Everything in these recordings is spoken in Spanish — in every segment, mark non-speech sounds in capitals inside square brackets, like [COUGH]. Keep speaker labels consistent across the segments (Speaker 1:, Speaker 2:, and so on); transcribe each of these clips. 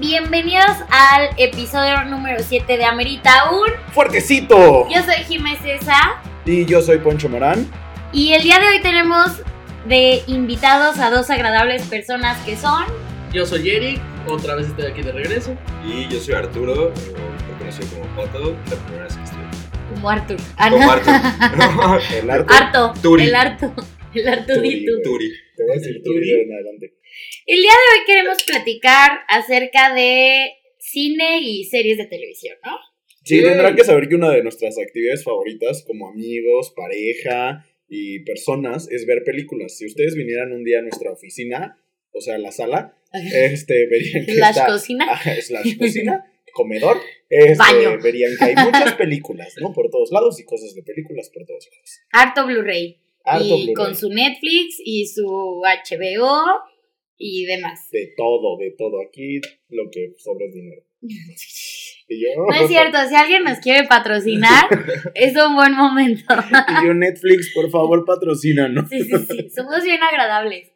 Speaker 1: bienvenidos al episodio número 7 de Amerita Un.
Speaker 2: ¡Fuertecito!
Speaker 1: Yo soy Jimé César
Speaker 2: Y yo soy Poncho Morán.
Speaker 1: y el día de hoy tenemos de invitados a dos agradables personas que son.
Speaker 3: Yo soy Eric, otra vez estoy aquí de regreso.
Speaker 4: Y yo soy Arturo, o conocido como Otto, la primera vez que estoy.
Speaker 1: Como Artur. Ah, no.
Speaker 2: [LAUGHS]
Speaker 4: Como Arturo.
Speaker 2: El arte.
Speaker 1: Harto.
Speaker 4: Turi.
Speaker 1: El harto. El Arturito.
Speaker 4: Turi.
Speaker 2: Te voy a decir tu video en adelante.
Speaker 1: El día de hoy queremos platicar acerca de cine y series de televisión, ¿no?
Speaker 2: Sí,
Speaker 4: Sí.
Speaker 2: tendrán que saber que una de nuestras actividades favoritas como amigos, pareja y personas es ver películas. Si ustedes vinieran un día a nuestra oficina, o sea, a la
Speaker 1: [LAUGHS]
Speaker 2: sala, este, verían que
Speaker 1: Las
Speaker 2: está-
Speaker 1: cocinas.
Speaker 2: [LAUGHS] Ajá, slash cocina, comedor, este,
Speaker 1: Baño.
Speaker 2: verían que hay muchas películas, ¿no? Por todos lados y cosas de películas por todos lados.
Speaker 1: Harto Blu-ray.
Speaker 2: Harto
Speaker 1: Y
Speaker 2: Blu-ray.
Speaker 1: con su Netflix y su HBO y demás.
Speaker 2: De todo, de todo. Aquí lo que sobra
Speaker 1: [LAUGHS]
Speaker 2: es dinero. Y yo, "Ah,
Speaker 1: No es cierto, si alguien nos quiere
Speaker 3: [LAUGHS]
Speaker 1: patrocinar, es un buen momento.
Speaker 2: Y yo, Netflix, por favor, patrocínanos. [LAUGHS]
Speaker 1: Sí, sí, sí, somos bien agradables.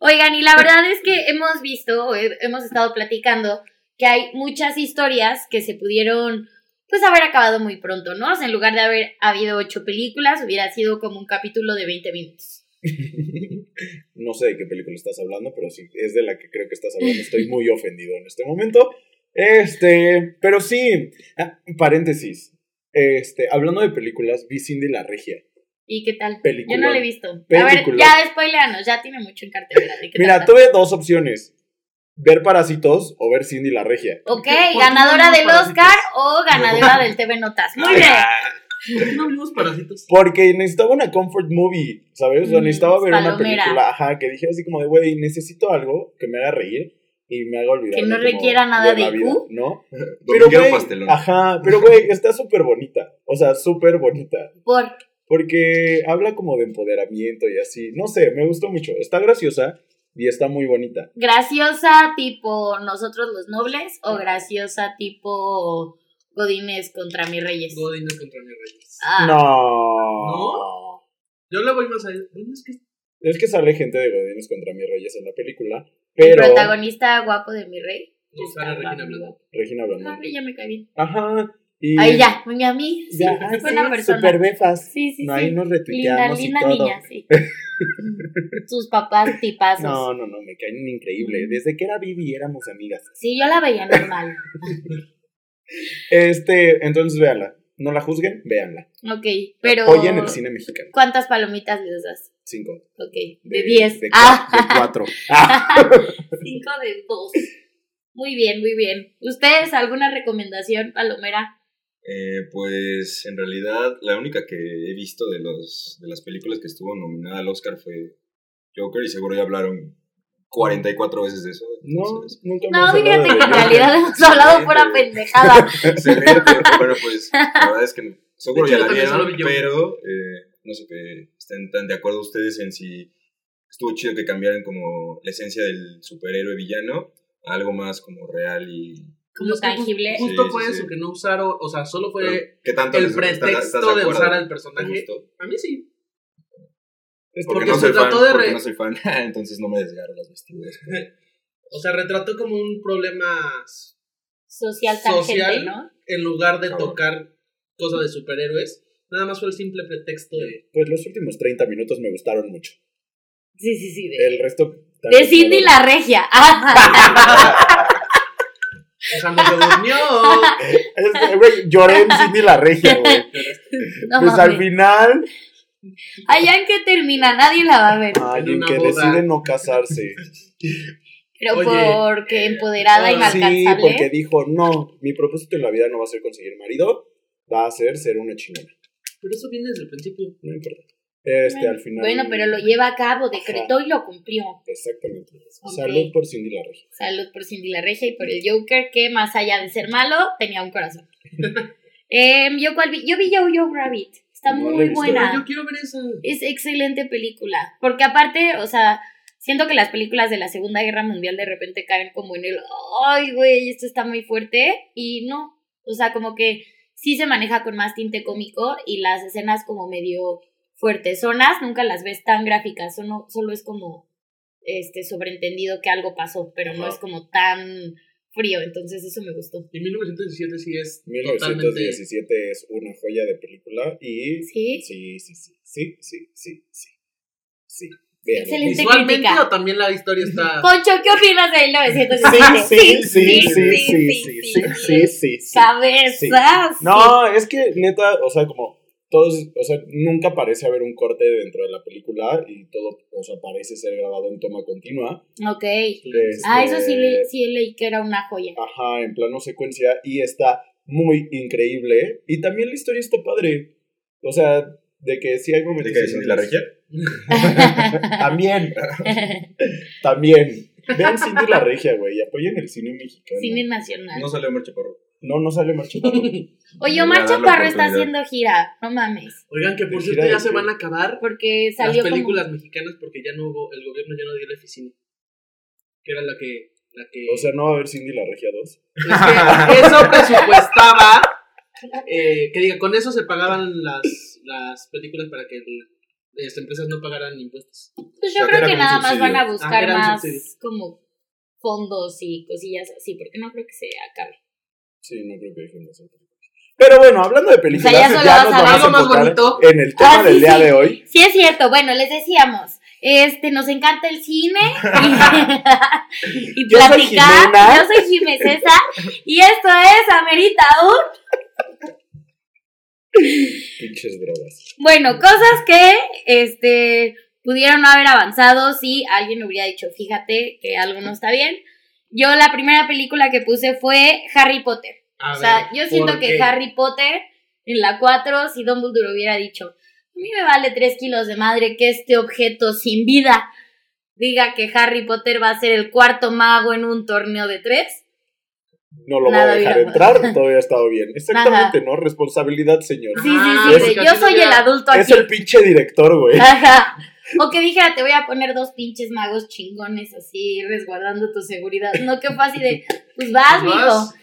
Speaker 1: Oigan, y la verdad es que hemos visto, o he- hemos estado platicando que hay muchas historias que se pudieron, pues, haber acabado muy pronto, ¿no? O sea, en lugar de haber habido ocho películas, hubiera sido como un capítulo de 20 minutos.
Speaker 2: No sé de qué película estás hablando, pero sí, es de la que creo que estás hablando. Estoy
Speaker 1: [LAUGHS]
Speaker 2: muy ofendido en este momento. Este, pero sí, ah, paréntesis. Este, hablando de películas, vi Cindy la Regia.
Speaker 1: ¿Y qué tal?
Speaker 2: Película.
Speaker 1: Yo no la he visto. A ver,
Speaker 2: Peliculón.
Speaker 1: ya spoileanos, ya tiene mucho en cartelera. ¿de qué
Speaker 2: Mira,
Speaker 1: trata?
Speaker 2: tuve dos opciones. Ver Parásitos o ver Cindy la Regia.
Speaker 1: Ok,
Speaker 3: ¿Por qué
Speaker 1: ganadora
Speaker 3: no
Speaker 1: del
Speaker 3: parásitos?
Speaker 1: Oscar o ganadora del TV Notas. Muy bien.
Speaker 3: ¿Por qué no vimos Parásitos?
Speaker 2: Porque necesitaba una comfort movie, ¿sabes? O sea,
Speaker 1: Mm,
Speaker 2: necesitaba ver una
Speaker 1: palomera.
Speaker 2: película, ajá, que dije así como de, güey, necesito algo que me haga reír y me haga olvidar.
Speaker 1: Que no
Speaker 2: de como
Speaker 1: requiera nada
Speaker 2: la
Speaker 1: de
Speaker 2: vida,
Speaker 1: IQ.
Speaker 2: ¿no? Pero,
Speaker 4: Dominguero
Speaker 2: güey,
Speaker 4: pastelón.
Speaker 2: ajá, pero, güey, está súper bonita. O sea, súper bonita.
Speaker 1: Por
Speaker 2: Porque habla como de empoderamiento y así. No sé, me gustó mucho. Está graciosa y está muy bonita.
Speaker 1: graciosa tipo nosotros los nobles o graciosa tipo Godines contra mis reyes.
Speaker 3: Godines contra mis reyes.
Speaker 1: Ah,
Speaker 2: No.
Speaker 3: Yo le voy más a él. Bueno, es que
Speaker 2: Es que sale gente de Godines contra mis reyes en la película.
Speaker 1: El
Speaker 2: Pero.
Speaker 1: protagonista guapo de mi rey.
Speaker 3: no sale Regina Blandón.
Speaker 2: Regina
Speaker 1: Ah,
Speaker 2: Blandón.
Speaker 1: ya me cae bien.
Speaker 2: Ajá. Y
Speaker 1: Ahí ya, muy a mí. Sí,
Speaker 2: Ya, ay,
Speaker 1: buena
Speaker 2: sí,
Speaker 1: persona.
Speaker 2: super befas.
Speaker 1: Sí, sí,
Speaker 2: no,
Speaker 1: sí.
Speaker 2: ahí nos
Speaker 1: linda,
Speaker 2: retuiteamos
Speaker 1: linda
Speaker 2: y todo.
Speaker 1: niña,
Speaker 2: [LAUGHS]
Speaker 1: sí. Sus papás tipazos.
Speaker 2: No, no, no, me caen increíble. Desde que era Vivi éramos amigas.
Speaker 1: Sí, yo la veía normal.
Speaker 2: Este, entonces véanla. No la juzguen, véanla.
Speaker 1: Ok, pero.
Speaker 2: Hoy en el cine mexicano.
Speaker 1: ¿Cuántas palomitas le das?
Speaker 2: Cinco.
Speaker 1: Ok, de 10.
Speaker 2: De, cua-
Speaker 1: Ah, [LAUGHS]
Speaker 2: de cuatro. Ah,
Speaker 1: 5 de 2. Muy bien, muy bien. ¿Ustedes alguna recomendación, Palomera?
Speaker 4: Eh, pues en realidad la única que he visto de, los, de las películas que estuvo nominada al Oscar fue Joker y seguro ya hablaron 44 veces de eso.
Speaker 2: no,
Speaker 4: entonces,
Speaker 2: nunca hemos
Speaker 1: No,
Speaker 2: hablado
Speaker 1: fíjate
Speaker 2: de
Speaker 1: que en
Speaker 2: Joker.
Speaker 1: realidad hemos hablado pura pendejada.
Speaker 2: [LAUGHS]
Speaker 4: excelente, pero bueno, pues la verdad es que seguro
Speaker 3: De hecho,
Speaker 4: ya la
Speaker 3: yo también solo
Speaker 4: vieron,
Speaker 3: vi yo.
Speaker 4: pero eh, no sé que estén tan de acuerdo ustedes en si estuvo chido que cambiaran como la esencia del superhéroe villano a algo más como real y
Speaker 1: Como
Speaker 3: Es que ju-
Speaker 1: tangible.
Speaker 3: Justo
Speaker 4: Sí,
Speaker 3: fue
Speaker 4: sí,
Speaker 3: eso,
Speaker 4: sí.
Speaker 3: que no usaron, o sea, solo fue
Speaker 4: ¿Qué tanto
Speaker 3: el
Speaker 4: les gusta? ¿Estás- estás
Speaker 3: pretexto de
Speaker 4: acuerdo?
Speaker 3: usar al
Speaker 4: ¿Te
Speaker 3: personaje.
Speaker 4: gustó?
Speaker 3: A mí sí.
Speaker 2: Es
Speaker 3: Porque
Speaker 4: Porque, no
Speaker 3: se
Speaker 4: soy fan,
Speaker 3: trató de
Speaker 4: porque
Speaker 3: re-
Speaker 4: no soy fan, [LAUGHS] entonces no me desgarro las vestiduras.
Speaker 3: O sea, retrató como un problema s-
Speaker 1: Social tangente,
Speaker 3: Social.
Speaker 1: ¿no?
Speaker 3: en lugar de
Speaker 4: Cabrón.
Speaker 3: tocar cosas de superhéroes. Nada más fue el simple pretexto de.
Speaker 2: Pues los últimos 30 minutos me gustaron mucho.
Speaker 1: Sí, sí, sí. De,
Speaker 2: El resto.
Speaker 1: de Cindy la regia. [LAUGHS] Ah,
Speaker 3: O
Speaker 1: [LAUGHS]
Speaker 3: sea, me lo durmió.
Speaker 2: [LAUGHS] Este, güey, lloré en Cindy la regia, güey.
Speaker 1: [LAUGHS] no
Speaker 2: pues al
Speaker 1: mames.
Speaker 2: final,
Speaker 1: Allá en que termina, nadie la va a ver.
Speaker 2: alguien
Speaker 3: una
Speaker 2: que
Speaker 3: boda.
Speaker 2: decide no casarse.
Speaker 1: Pero
Speaker 3: Oye.
Speaker 1: porque empoderada,
Speaker 3: Ah,
Speaker 2: eh, Sí,
Speaker 1: inalcanzable.
Speaker 2: porque dijo, no, mi propósito en la vida no va a ser conseguir marido, va a ser ser una chingona.
Speaker 3: Pero eso viene desde el principio.
Speaker 2: No importa. Este, al final.
Speaker 1: Bueno, pero lo lleva a cabo, decretó y lo cumplió.
Speaker 2: Exactamente.
Speaker 1: Ok.
Speaker 2: Salud por Cindy la regia.
Speaker 1: Salud por Cindy la Regia y por el Joker, que más allá de ser malo, tenía un
Speaker 2: [LAUGHS]
Speaker 1: corazón. Em, yo, cuál vi? yo vi Yo Yo Rabbit. Está
Speaker 2: No la he
Speaker 1: muy
Speaker 2: visto.
Speaker 1: buena.
Speaker 3: Pero yo quiero ver esa.
Speaker 1: Es excelente película. Porque aparte, o sea, siento que las películas de la Segunda Guerra Mundial de repente caen como en el. Ay, güey, esto está muy fuerte. Y no. O sea, como que sí se maneja con más tinte cómico y las escenas como medio fuertes. Zonas nunca las ves tan gráficas. Solo, solo es como este sobreentendido que algo pasó, pero no
Speaker 2: Ajá.
Speaker 1: es como tan frío, entonces eso me gustó.
Speaker 3: Y 1917 sí es totalmente...
Speaker 2: 1917 es una joya de película y
Speaker 1: ¿Sí?
Speaker 2: sí, sí, sí, sí, sí, sí, sí. sí.
Speaker 1: Excelente.
Speaker 2: Véanlo.
Speaker 3: ¿Visualmente
Speaker 1: crítica.
Speaker 3: o también la historia está...?
Speaker 1: Poncho, ¿qué opinas
Speaker 2: [LAUGHS]
Speaker 1: de 1917?
Speaker 2: Sí, sí, sí, sí, sí, sí, sí, sí, sí, sí.
Speaker 1: Cabezas.
Speaker 2: Sí.
Speaker 1: sí.
Speaker 2: No, es que neta, o sea, como todos, o sea, nunca parece haber un corte dentro de la película y todo, o sea, parece ser grabado en toma continua.
Speaker 1: Ok.
Speaker 2: Este,
Speaker 1: Ah, eso sí, le- sí leí que era una joya.
Speaker 2: Ajá, en plano secuencia y está muy increíble. Y también la historia está padre. O sea, de que sí hay momentos.
Speaker 4: ¿De qué
Speaker 2: en
Speaker 4: decir la
Speaker 2: los-
Speaker 4: regia?
Speaker 2: También. también. Vean Cindy la regia, güey, y apoyen el cine
Speaker 1: [LAUGHS]
Speaker 2: mexicano.
Speaker 1: Cine nacional.
Speaker 4: No salió Omar Chaparro.
Speaker 2: No, no sale marchando.
Speaker 1: Oye,
Speaker 4: Le voy a
Speaker 1: Omar
Speaker 4: dar la
Speaker 1: Chaparro está
Speaker 4: oportunidad.
Speaker 1: haciendo gira, no mames.
Speaker 3: Oigan, que por
Speaker 2: De
Speaker 3: cierto
Speaker 2: gira
Speaker 3: ya
Speaker 2: de
Speaker 3: se
Speaker 2: qué?
Speaker 3: van a acabar
Speaker 1: Porque salió
Speaker 3: las películas
Speaker 1: como...
Speaker 3: mexicanas porque ya no hubo, el gobierno ya no dio la oficina. Que era la que... La que,
Speaker 2: O sea, no va a haber Cindy la regia 2.
Speaker 3: la que
Speaker 1: [LAUGHS]
Speaker 3: eso presupuestaba... eh, que diga, con eso se pagaban las, las películas para que las empresas no pagaran impuestos.
Speaker 1: Pues yo
Speaker 4: Shakira
Speaker 1: creo que
Speaker 4: con
Speaker 1: nada más
Speaker 4: subsidio.
Speaker 1: van a
Speaker 3: Ah,
Speaker 1: buscar
Speaker 3: era un
Speaker 1: más
Speaker 3: subsidio.
Speaker 1: como fondos y cosillas así, porque no creo que se acabe.
Speaker 2: Sí, no creo que dejen de hacer películas. Pero bueno, hablando de películas,
Speaker 1: O sea, ya
Speaker 2: ya,
Speaker 1: solo vas
Speaker 2: nos
Speaker 1: a ver
Speaker 2: vamos a
Speaker 3: algo más
Speaker 2: enfocar
Speaker 3: bonito.
Speaker 2: en el tema
Speaker 1: Ah, sí,
Speaker 2: del día
Speaker 1: sí.
Speaker 2: de hoy.
Speaker 1: Sí, es cierto. Bueno, les decíamos, este, nos encanta el cine [LAUGHS] y,
Speaker 2: Yo soy
Speaker 1: platicar.
Speaker 2: Jimena.
Speaker 1: Yo soy Jimé César y esto es Amerita un.
Speaker 2: Pinches drogas.
Speaker 1: Bueno, cosas que este, pudieron no haber avanzado si alguien hubiera dicho, fíjate que algo no está bien. Yo la primera película que puse fue Harry Potter.
Speaker 3: A
Speaker 1: o sea,
Speaker 3: ver,
Speaker 1: yo siento
Speaker 3: ¿por
Speaker 1: que
Speaker 3: qué?
Speaker 1: Harry Potter en la 4, si Dumbledore hubiera dicho, a mí me vale 3 kilos de madre que este objeto sin vida diga que Harry Potter va a ser el cuarto mago en un torneo de 3.
Speaker 2: No lo
Speaker 1: Nada,
Speaker 2: voy a dejar
Speaker 1: mira.
Speaker 2: entrar, todo ha estado bien. Exactamente, ¿no? Responsabilidad, señor.
Speaker 1: Sí, sí,
Speaker 3: Ah,
Speaker 1: sí,
Speaker 2: es
Speaker 1: de,
Speaker 3: que
Speaker 1: yo
Speaker 3: así
Speaker 1: soy el
Speaker 3: hubiera-
Speaker 1: adulto
Speaker 2: Es
Speaker 1: aquí.
Speaker 2: el pinche director, güey.
Speaker 1: Ajá. O que dijera, te voy a poner dos pinches magos chingones así, resguardando tu seguridad. No, que fue así de, pues vas,
Speaker 3: Vas,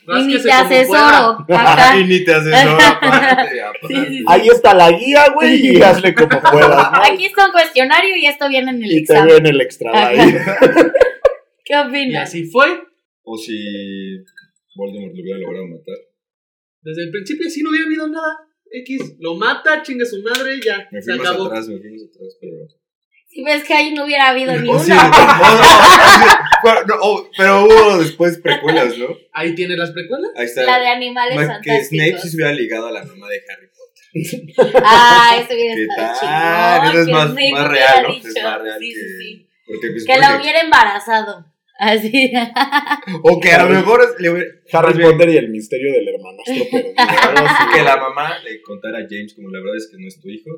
Speaker 1: mijo, y ni
Speaker 3: rásquese
Speaker 1: te
Speaker 3: como
Speaker 1: asesoro.
Speaker 3: Ah,
Speaker 1: Ajá.
Speaker 4: Y ni te haces
Speaker 3: [LAUGHS]
Speaker 4: no, aparte, aparte.
Speaker 1: Sí, sí, sí.
Speaker 2: Ahí está la guía, güey, y hazle como puedas, ¿no?
Speaker 1: Aquí está un cuestionario y esto viene en el
Speaker 2: Y te
Speaker 1: examen.
Speaker 2: veo en el extra live.
Speaker 1: ¿Qué
Speaker 3: Y
Speaker 1: opinas?
Speaker 3: así fue.
Speaker 4: O si Voldemort lo hubiera logrado matar.
Speaker 3: Desde el principio sí no hubiera habido nada. X, lo mata, chinga su madre, ya,
Speaker 4: Me
Speaker 3: se
Speaker 4: fui más
Speaker 3: acabó.
Speaker 4: atrás, me fui más atrás, pero.
Speaker 1: Si ves que ahí no hubiera habido ni
Speaker 4: O
Speaker 1: uno.
Speaker 4: Oh, sí, no, no, bueno, no, oh, pero hubo después precuelas, ¿no?
Speaker 3: Ahí tiene las precuelas.
Speaker 4: Ahí está.
Speaker 1: La de animales
Speaker 4: Ma- que Snape
Speaker 1: fantásticos.
Speaker 4: sí se hubiera ligado a la mamá de Harry Potter.
Speaker 1: Ah, eso hubiera
Speaker 4: [LAUGHS] ¿Qué
Speaker 1: estado
Speaker 4: tal?
Speaker 1: chingón.
Speaker 4: Eso es
Speaker 1: que
Speaker 4: más,
Speaker 1: Snape hubiera
Speaker 4: más real, ¿no?
Speaker 1: dicho.
Speaker 4: Es más real
Speaker 1: Sí,
Speaker 4: que.
Speaker 1: sí, sí.
Speaker 4: Porque, pues,
Speaker 1: Que la
Speaker 4: porque-
Speaker 1: hubiera embarazado. Así. [LAUGHS]
Speaker 4: O que a lo mejor es- le hubiera. más
Speaker 2: Harry
Speaker 4: bien, [LAUGHS]
Speaker 2: Potter y el misterio del hermanastro
Speaker 1: [LAUGHS]
Speaker 2: perdido. algo así.
Speaker 4: Que la mamá le contara a James, como la verdad es que no es tu hijo,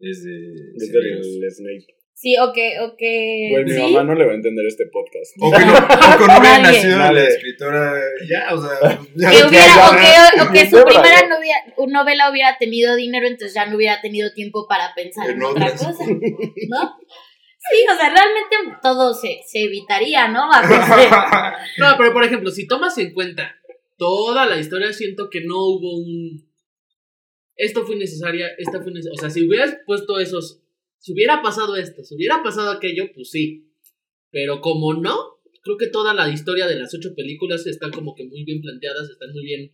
Speaker 4: es de.
Speaker 2: Es
Speaker 4: Sirius.
Speaker 2: del Snape.
Speaker 1: Sí, o que, o que.
Speaker 2: Güey, mi
Speaker 1: Eh, sí.
Speaker 2: mamá no le va a entender este podcast.
Speaker 4: O que no, o que no hubiera
Speaker 1: Nadie.
Speaker 4: nacido la
Speaker 2: Nadie.
Speaker 4: escritora. eh, Ya, o sea. ya-
Speaker 1: Que
Speaker 4: ya-
Speaker 1: hubiera,
Speaker 4: ya-
Speaker 1: o que, o que su
Speaker 2: Ya, ya.
Speaker 1: primera novia- novela hubiera tenido dinero, entonces ya no hubiera tenido tiempo para pensar en,
Speaker 4: En
Speaker 1: otra
Speaker 4: otras.
Speaker 1: cosa, ¿no? Sí, o sea, realmente todo se, se evitaría, ¿no? Bajo ese-
Speaker 3: No, pero por ejemplo, si tomas en cuenta toda la historia, siento que no hubo un. Esto fue innecesaria, esta fue innecesaria. O sea, si hubieras puesto esos. Si hubiera pasado esto, si hubiera pasado aquello, pues sí. Pero como no, creo que toda la historia de las ocho películas están como que muy bien planteadas, están muy bien.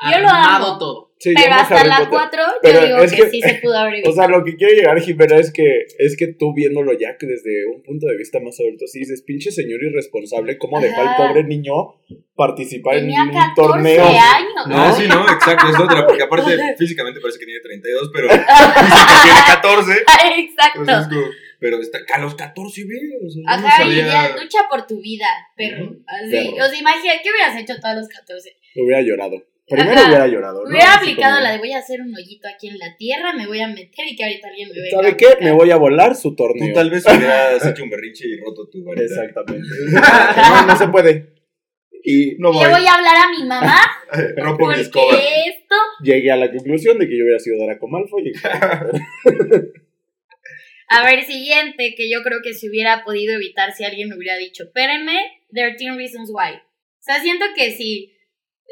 Speaker 1: Yo lo
Speaker 3: armado
Speaker 1: amo.
Speaker 3: todo.
Speaker 2: Oh, Sí,
Speaker 1: Pero
Speaker 2: llama
Speaker 1: hasta
Speaker 2: Harry
Speaker 1: la 4
Speaker 2: Potter.
Speaker 1: yo
Speaker 2: Pero
Speaker 1: digo
Speaker 2: es
Speaker 1: que,
Speaker 2: que-
Speaker 1: sí se pudo haber
Speaker 2: [LAUGHS] O
Speaker 1: evitado.
Speaker 2: sea, lo que quiero llegar, Jimena, es que, es que tú viéndolo ya que desde un punto de vista más adulto, sí dices, pinche señor irresponsable, ¿cómo dejó al
Speaker 1: Ajá.
Speaker 2: pobre niño participar
Speaker 1: Tenía
Speaker 2: en un
Speaker 1: 14
Speaker 2: torneo?
Speaker 1: años.
Speaker 4: No, Ah,
Speaker 1: [LAUGHS]
Speaker 4: sí, no, exacto, es otra, porque aparte físicamente parece que tiene 32, pero dice que tiene 14. Entonces,
Speaker 1: Exacto.
Speaker 4: Pues es como, pero está a los 14, ve, o sea, yo no
Speaker 1: Ajá, y ya,
Speaker 4: sabía.
Speaker 1: lucha por tu vida, perro. Así.
Speaker 2: Perro.
Speaker 1: O sea, imagina, ¿qué hubieras hecho todos los 14?
Speaker 2: Hubiera llorado. Primero
Speaker 1: Ajá.
Speaker 2: hubiera llorado. ¿no?
Speaker 1: Hubiera
Speaker 2: Así
Speaker 1: aplicado
Speaker 2: como,
Speaker 1: la de voy a hacer un hoyito aquí en la tierra, me voy a meter y que ahorita alguien me venga. a
Speaker 2: ¿Sabe qué?
Speaker 1: buscar.
Speaker 2: Me voy a volar su
Speaker 4: Tú
Speaker 2: torneo.
Speaker 4: tal vez hubieras hecho un berrinche y roto tu varita. [LAUGHS]
Speaker 2: Exactamente. no, no se puede. Y
Speaker 4: No voy,
Speaker 1: Le voy a hablar a mi mamá
Speaker 2: [LAUGHS]
Speaker 4: no por mi
Speaker 1: porque
Speaker 4: escoba.
Speaker 1: esto.
Speaker 2: llegué a la conclusión de que yo hubiera sido Draco Malfoy.
Speaker 1: A ver, siguiente, que yo creo que se hubiera podido evitar si alguien hubiera dicho, espérenme, 13 Reasons Why. O sea, siento que sí.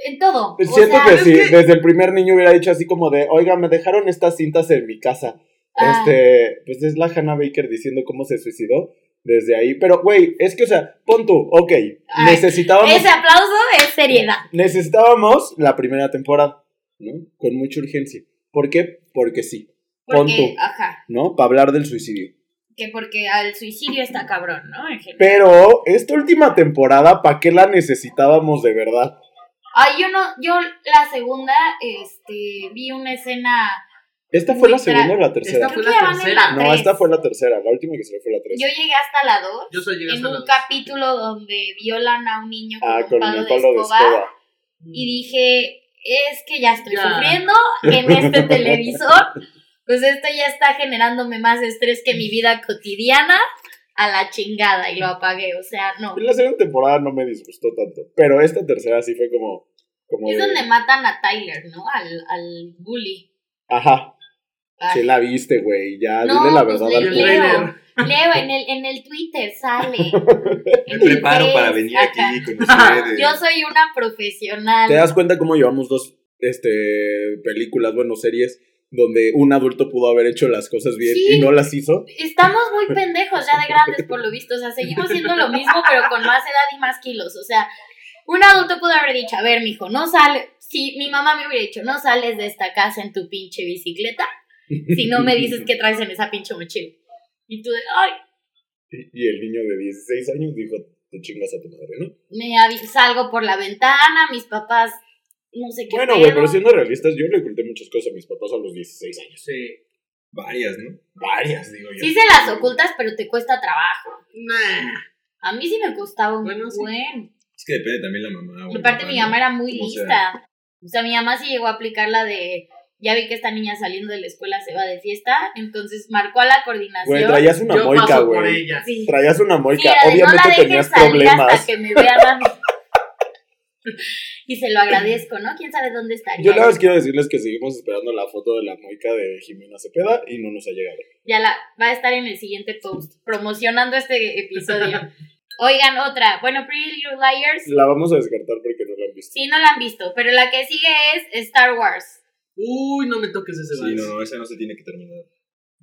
Speaker 1: En todo. O
Speaker 2: pues Siento
Speaker 1: sea,
Speaker 2: que
Speaker 1: es
Speaker 2: sí, desde el primer niño hubiera dicho así como de, oiga, me dejaron estas cintas en mi casa.
Speaker 1: Ah.
Speaker 2: Este, pues es la Hannah Baker diciendo cómo se suicidó. desde ahí. Pero, güey, es que, o sea, pon tú, ok,
Speaker 1: Ay,
Speaker 2: necesitábamos,
Speaker 1: Ese aplauso es seriedad.
Speaker 2: necesitábamos la primera temporada, ¿no? Con mucha urgencia. ¿Por qué? Porque sí, Pon
Speaker 1: Porque,
Speaker 2: tú.
Speaker 1: ajá,
Speaker 2: ¿no? Para hablar del suicidio.
Speaker 1: que porque al suicidio está cabrón, ¿no? En general.
Speaker 2: Pero esta última temporada, ¿para qué la necesitábamos de verdad?
Speaker 1: Ay, yo no, yo la segunda, este, vi una escena,
Speaker 2: ¿Esta fue la
Speaker 1: Literal.
Speaker 2: segunda o la tercera?
Speaker 3: Esta
Speaker 1: creo
Speaker 3: fue
Speaker 1: que
Speaker 3: la
Speaker 1: ya van en
Speaker 3: tercera.
Speaker 1: la
Speaker 2: No,
Speaker 1: tres.
Speaker 2: esta fue la tercera, la última que se fue la tres.
Speaker 1: Yo llegué hasta la dos,
Speaker 3: Yo soy llegando
Speaker 1: en
Speaker 3: a la
Speaker 1: un
Speaker 3: dos.
Speaker 1: capítulo donde violan a un niño con,
Speaker 2: Ah,
Speaker 1: un
Speaker 2: con
Speaker 1: palo,
Speaker 2: el palo de escoba.
Speaker 1: y dije, es que ya estoy
Speaker 3: Ya.
Speaker 1: sufriendo
Speaker 2: [LAUGHS]
Speaker 1: en este televisor, pues esto ya está generándome más estrés que mi vida cotidiana, a la chingada, y lo apagué, o sea, no.
Speaker 2: La segunda temporada no me disgustó tanto, pero esta tercera sí fue como... como
Speaker 1: Es
Speaker 2: de-
Speaker 1: donde matan a Tyler, ¿no? Al, al bully. Ah,
Speaker 2: Ajá,
Speaker 1: Ay.
Speaker 2: sí la viste, güey, ya,
Speaker 1: No,
Speaker 2: dile la
Speaker 1: pues,
Speaker 2: verdad
Speaker 1: le
Speaker 2: al
Speaker 3: Y el
Speaker 1: creo.
Speaker 2: público.
Speaker 3: trailer.
Speaker 1: Leo, en el, en el Twitter sale.
Speaker 2: [LAUGHS]
Speaker 4: Me preparo para venir aquí con ustedes.
Speaker 1: Yo soy una profesional.
Speaker 2: ¿Te das cuenta cómo llevamos dos este, películas, bueno, series, donde un adulto pudo haber hecho las cosas bien
Speaker 1: Sí.
Speaker 2: y no las hizo?
Speaker 1: Estamos muy pendejos ya de grandes, por lo visto. O sea, seguimos siendo lo mismo, pero con más edad y más kilos. O sea, un adulto pudo haber dicho, a ver, mijo, no sale. Si mi mamá me hubiera dicho, no sales de esta casa en tu pinche bicicleta, si no me dices qué traes en esa pinche mochila. Y tú de, ay,
Speaker 2: Y, y el niño de 16 años dijo, te chingas a tu madre, ¿no?
Speaker 1: me avi- salgo por la ventana, mis papás, no sé qué.
Speaker 2: Bueno, güey,
Speaker 1: pedo.
Speaker 2: pero siendo realistas, yo le oculté muchas cosas a mis papás a los 16 años.
Speaker 3: Sí.
Speaker 4: Varias, ¿no?
Speaker 2: Varias, digo yo.
Speaker 1: Sí se las ocultas, pero te cuesta trabajo.
Speaker 3: Nah.
Speaker 1: A mí sí me costaba un
Speaker 3: Bueno, sí.
Speaker 1: buen.
Speaker 4: Es que depende también la mamá. o
Speaker 1: Y
Speaker 4: el
Speaker 1: aparte
Speaker 4: papá,
Speaker 1: mi
Speaker 4: ¿no?
Speaker 1: mamá era muy
Speaker 4: Como sea.
Speaker 1: lista. O sea, mi mamá sí llegó a aplicar la de, ya vi que esta niña saliendo de la escuela se va de fiesta, entonces marcó a la coordinación.
Speaker 2: Güey, traías una
Speaker 3: Yo
Speaker 2: moica,
Speaker 3: paso por
Speaker 2: güey.
Speaker 3: ella.
Speaker 1: sí.
Speaker 2: Traías una
Speaker 1: Sí,
Speaker 2: moica.
Speaker 1: era de,
Speaker 2: Obviamente
Speaker 1: no la dejes
Speaker 2: tenías
Speaker 1: salir
Speaker 2: problemas.
Speaker 1: hasta que me vean
Speaker 2: [LAUGHS]
Speaker 1: a mí. y se lo agradezco, ¿no? ¿Quién sabe dónde estaría?
Speaker 2: Yo nada más quiero decirles que seguimos esperando la foto de la moica de Jimena Cepeda y no nos ha llegado.
Speaker 1: Ya la va a estar en el siguiente post, promocionando este episodio. Oigan, otra. Bueno, Pretty Little Liars.
Speaker 2: La vamos a descartar porque no la han visto.
Speaker 1: Sí, no la han visto, pero la que sigue es Star Wars.
Speaker 3: Uy, no me toques ese
Speaker 4: Sí,
Speaker 3: vals.
Speaker 4: no, no, esa no se tiene que terminar.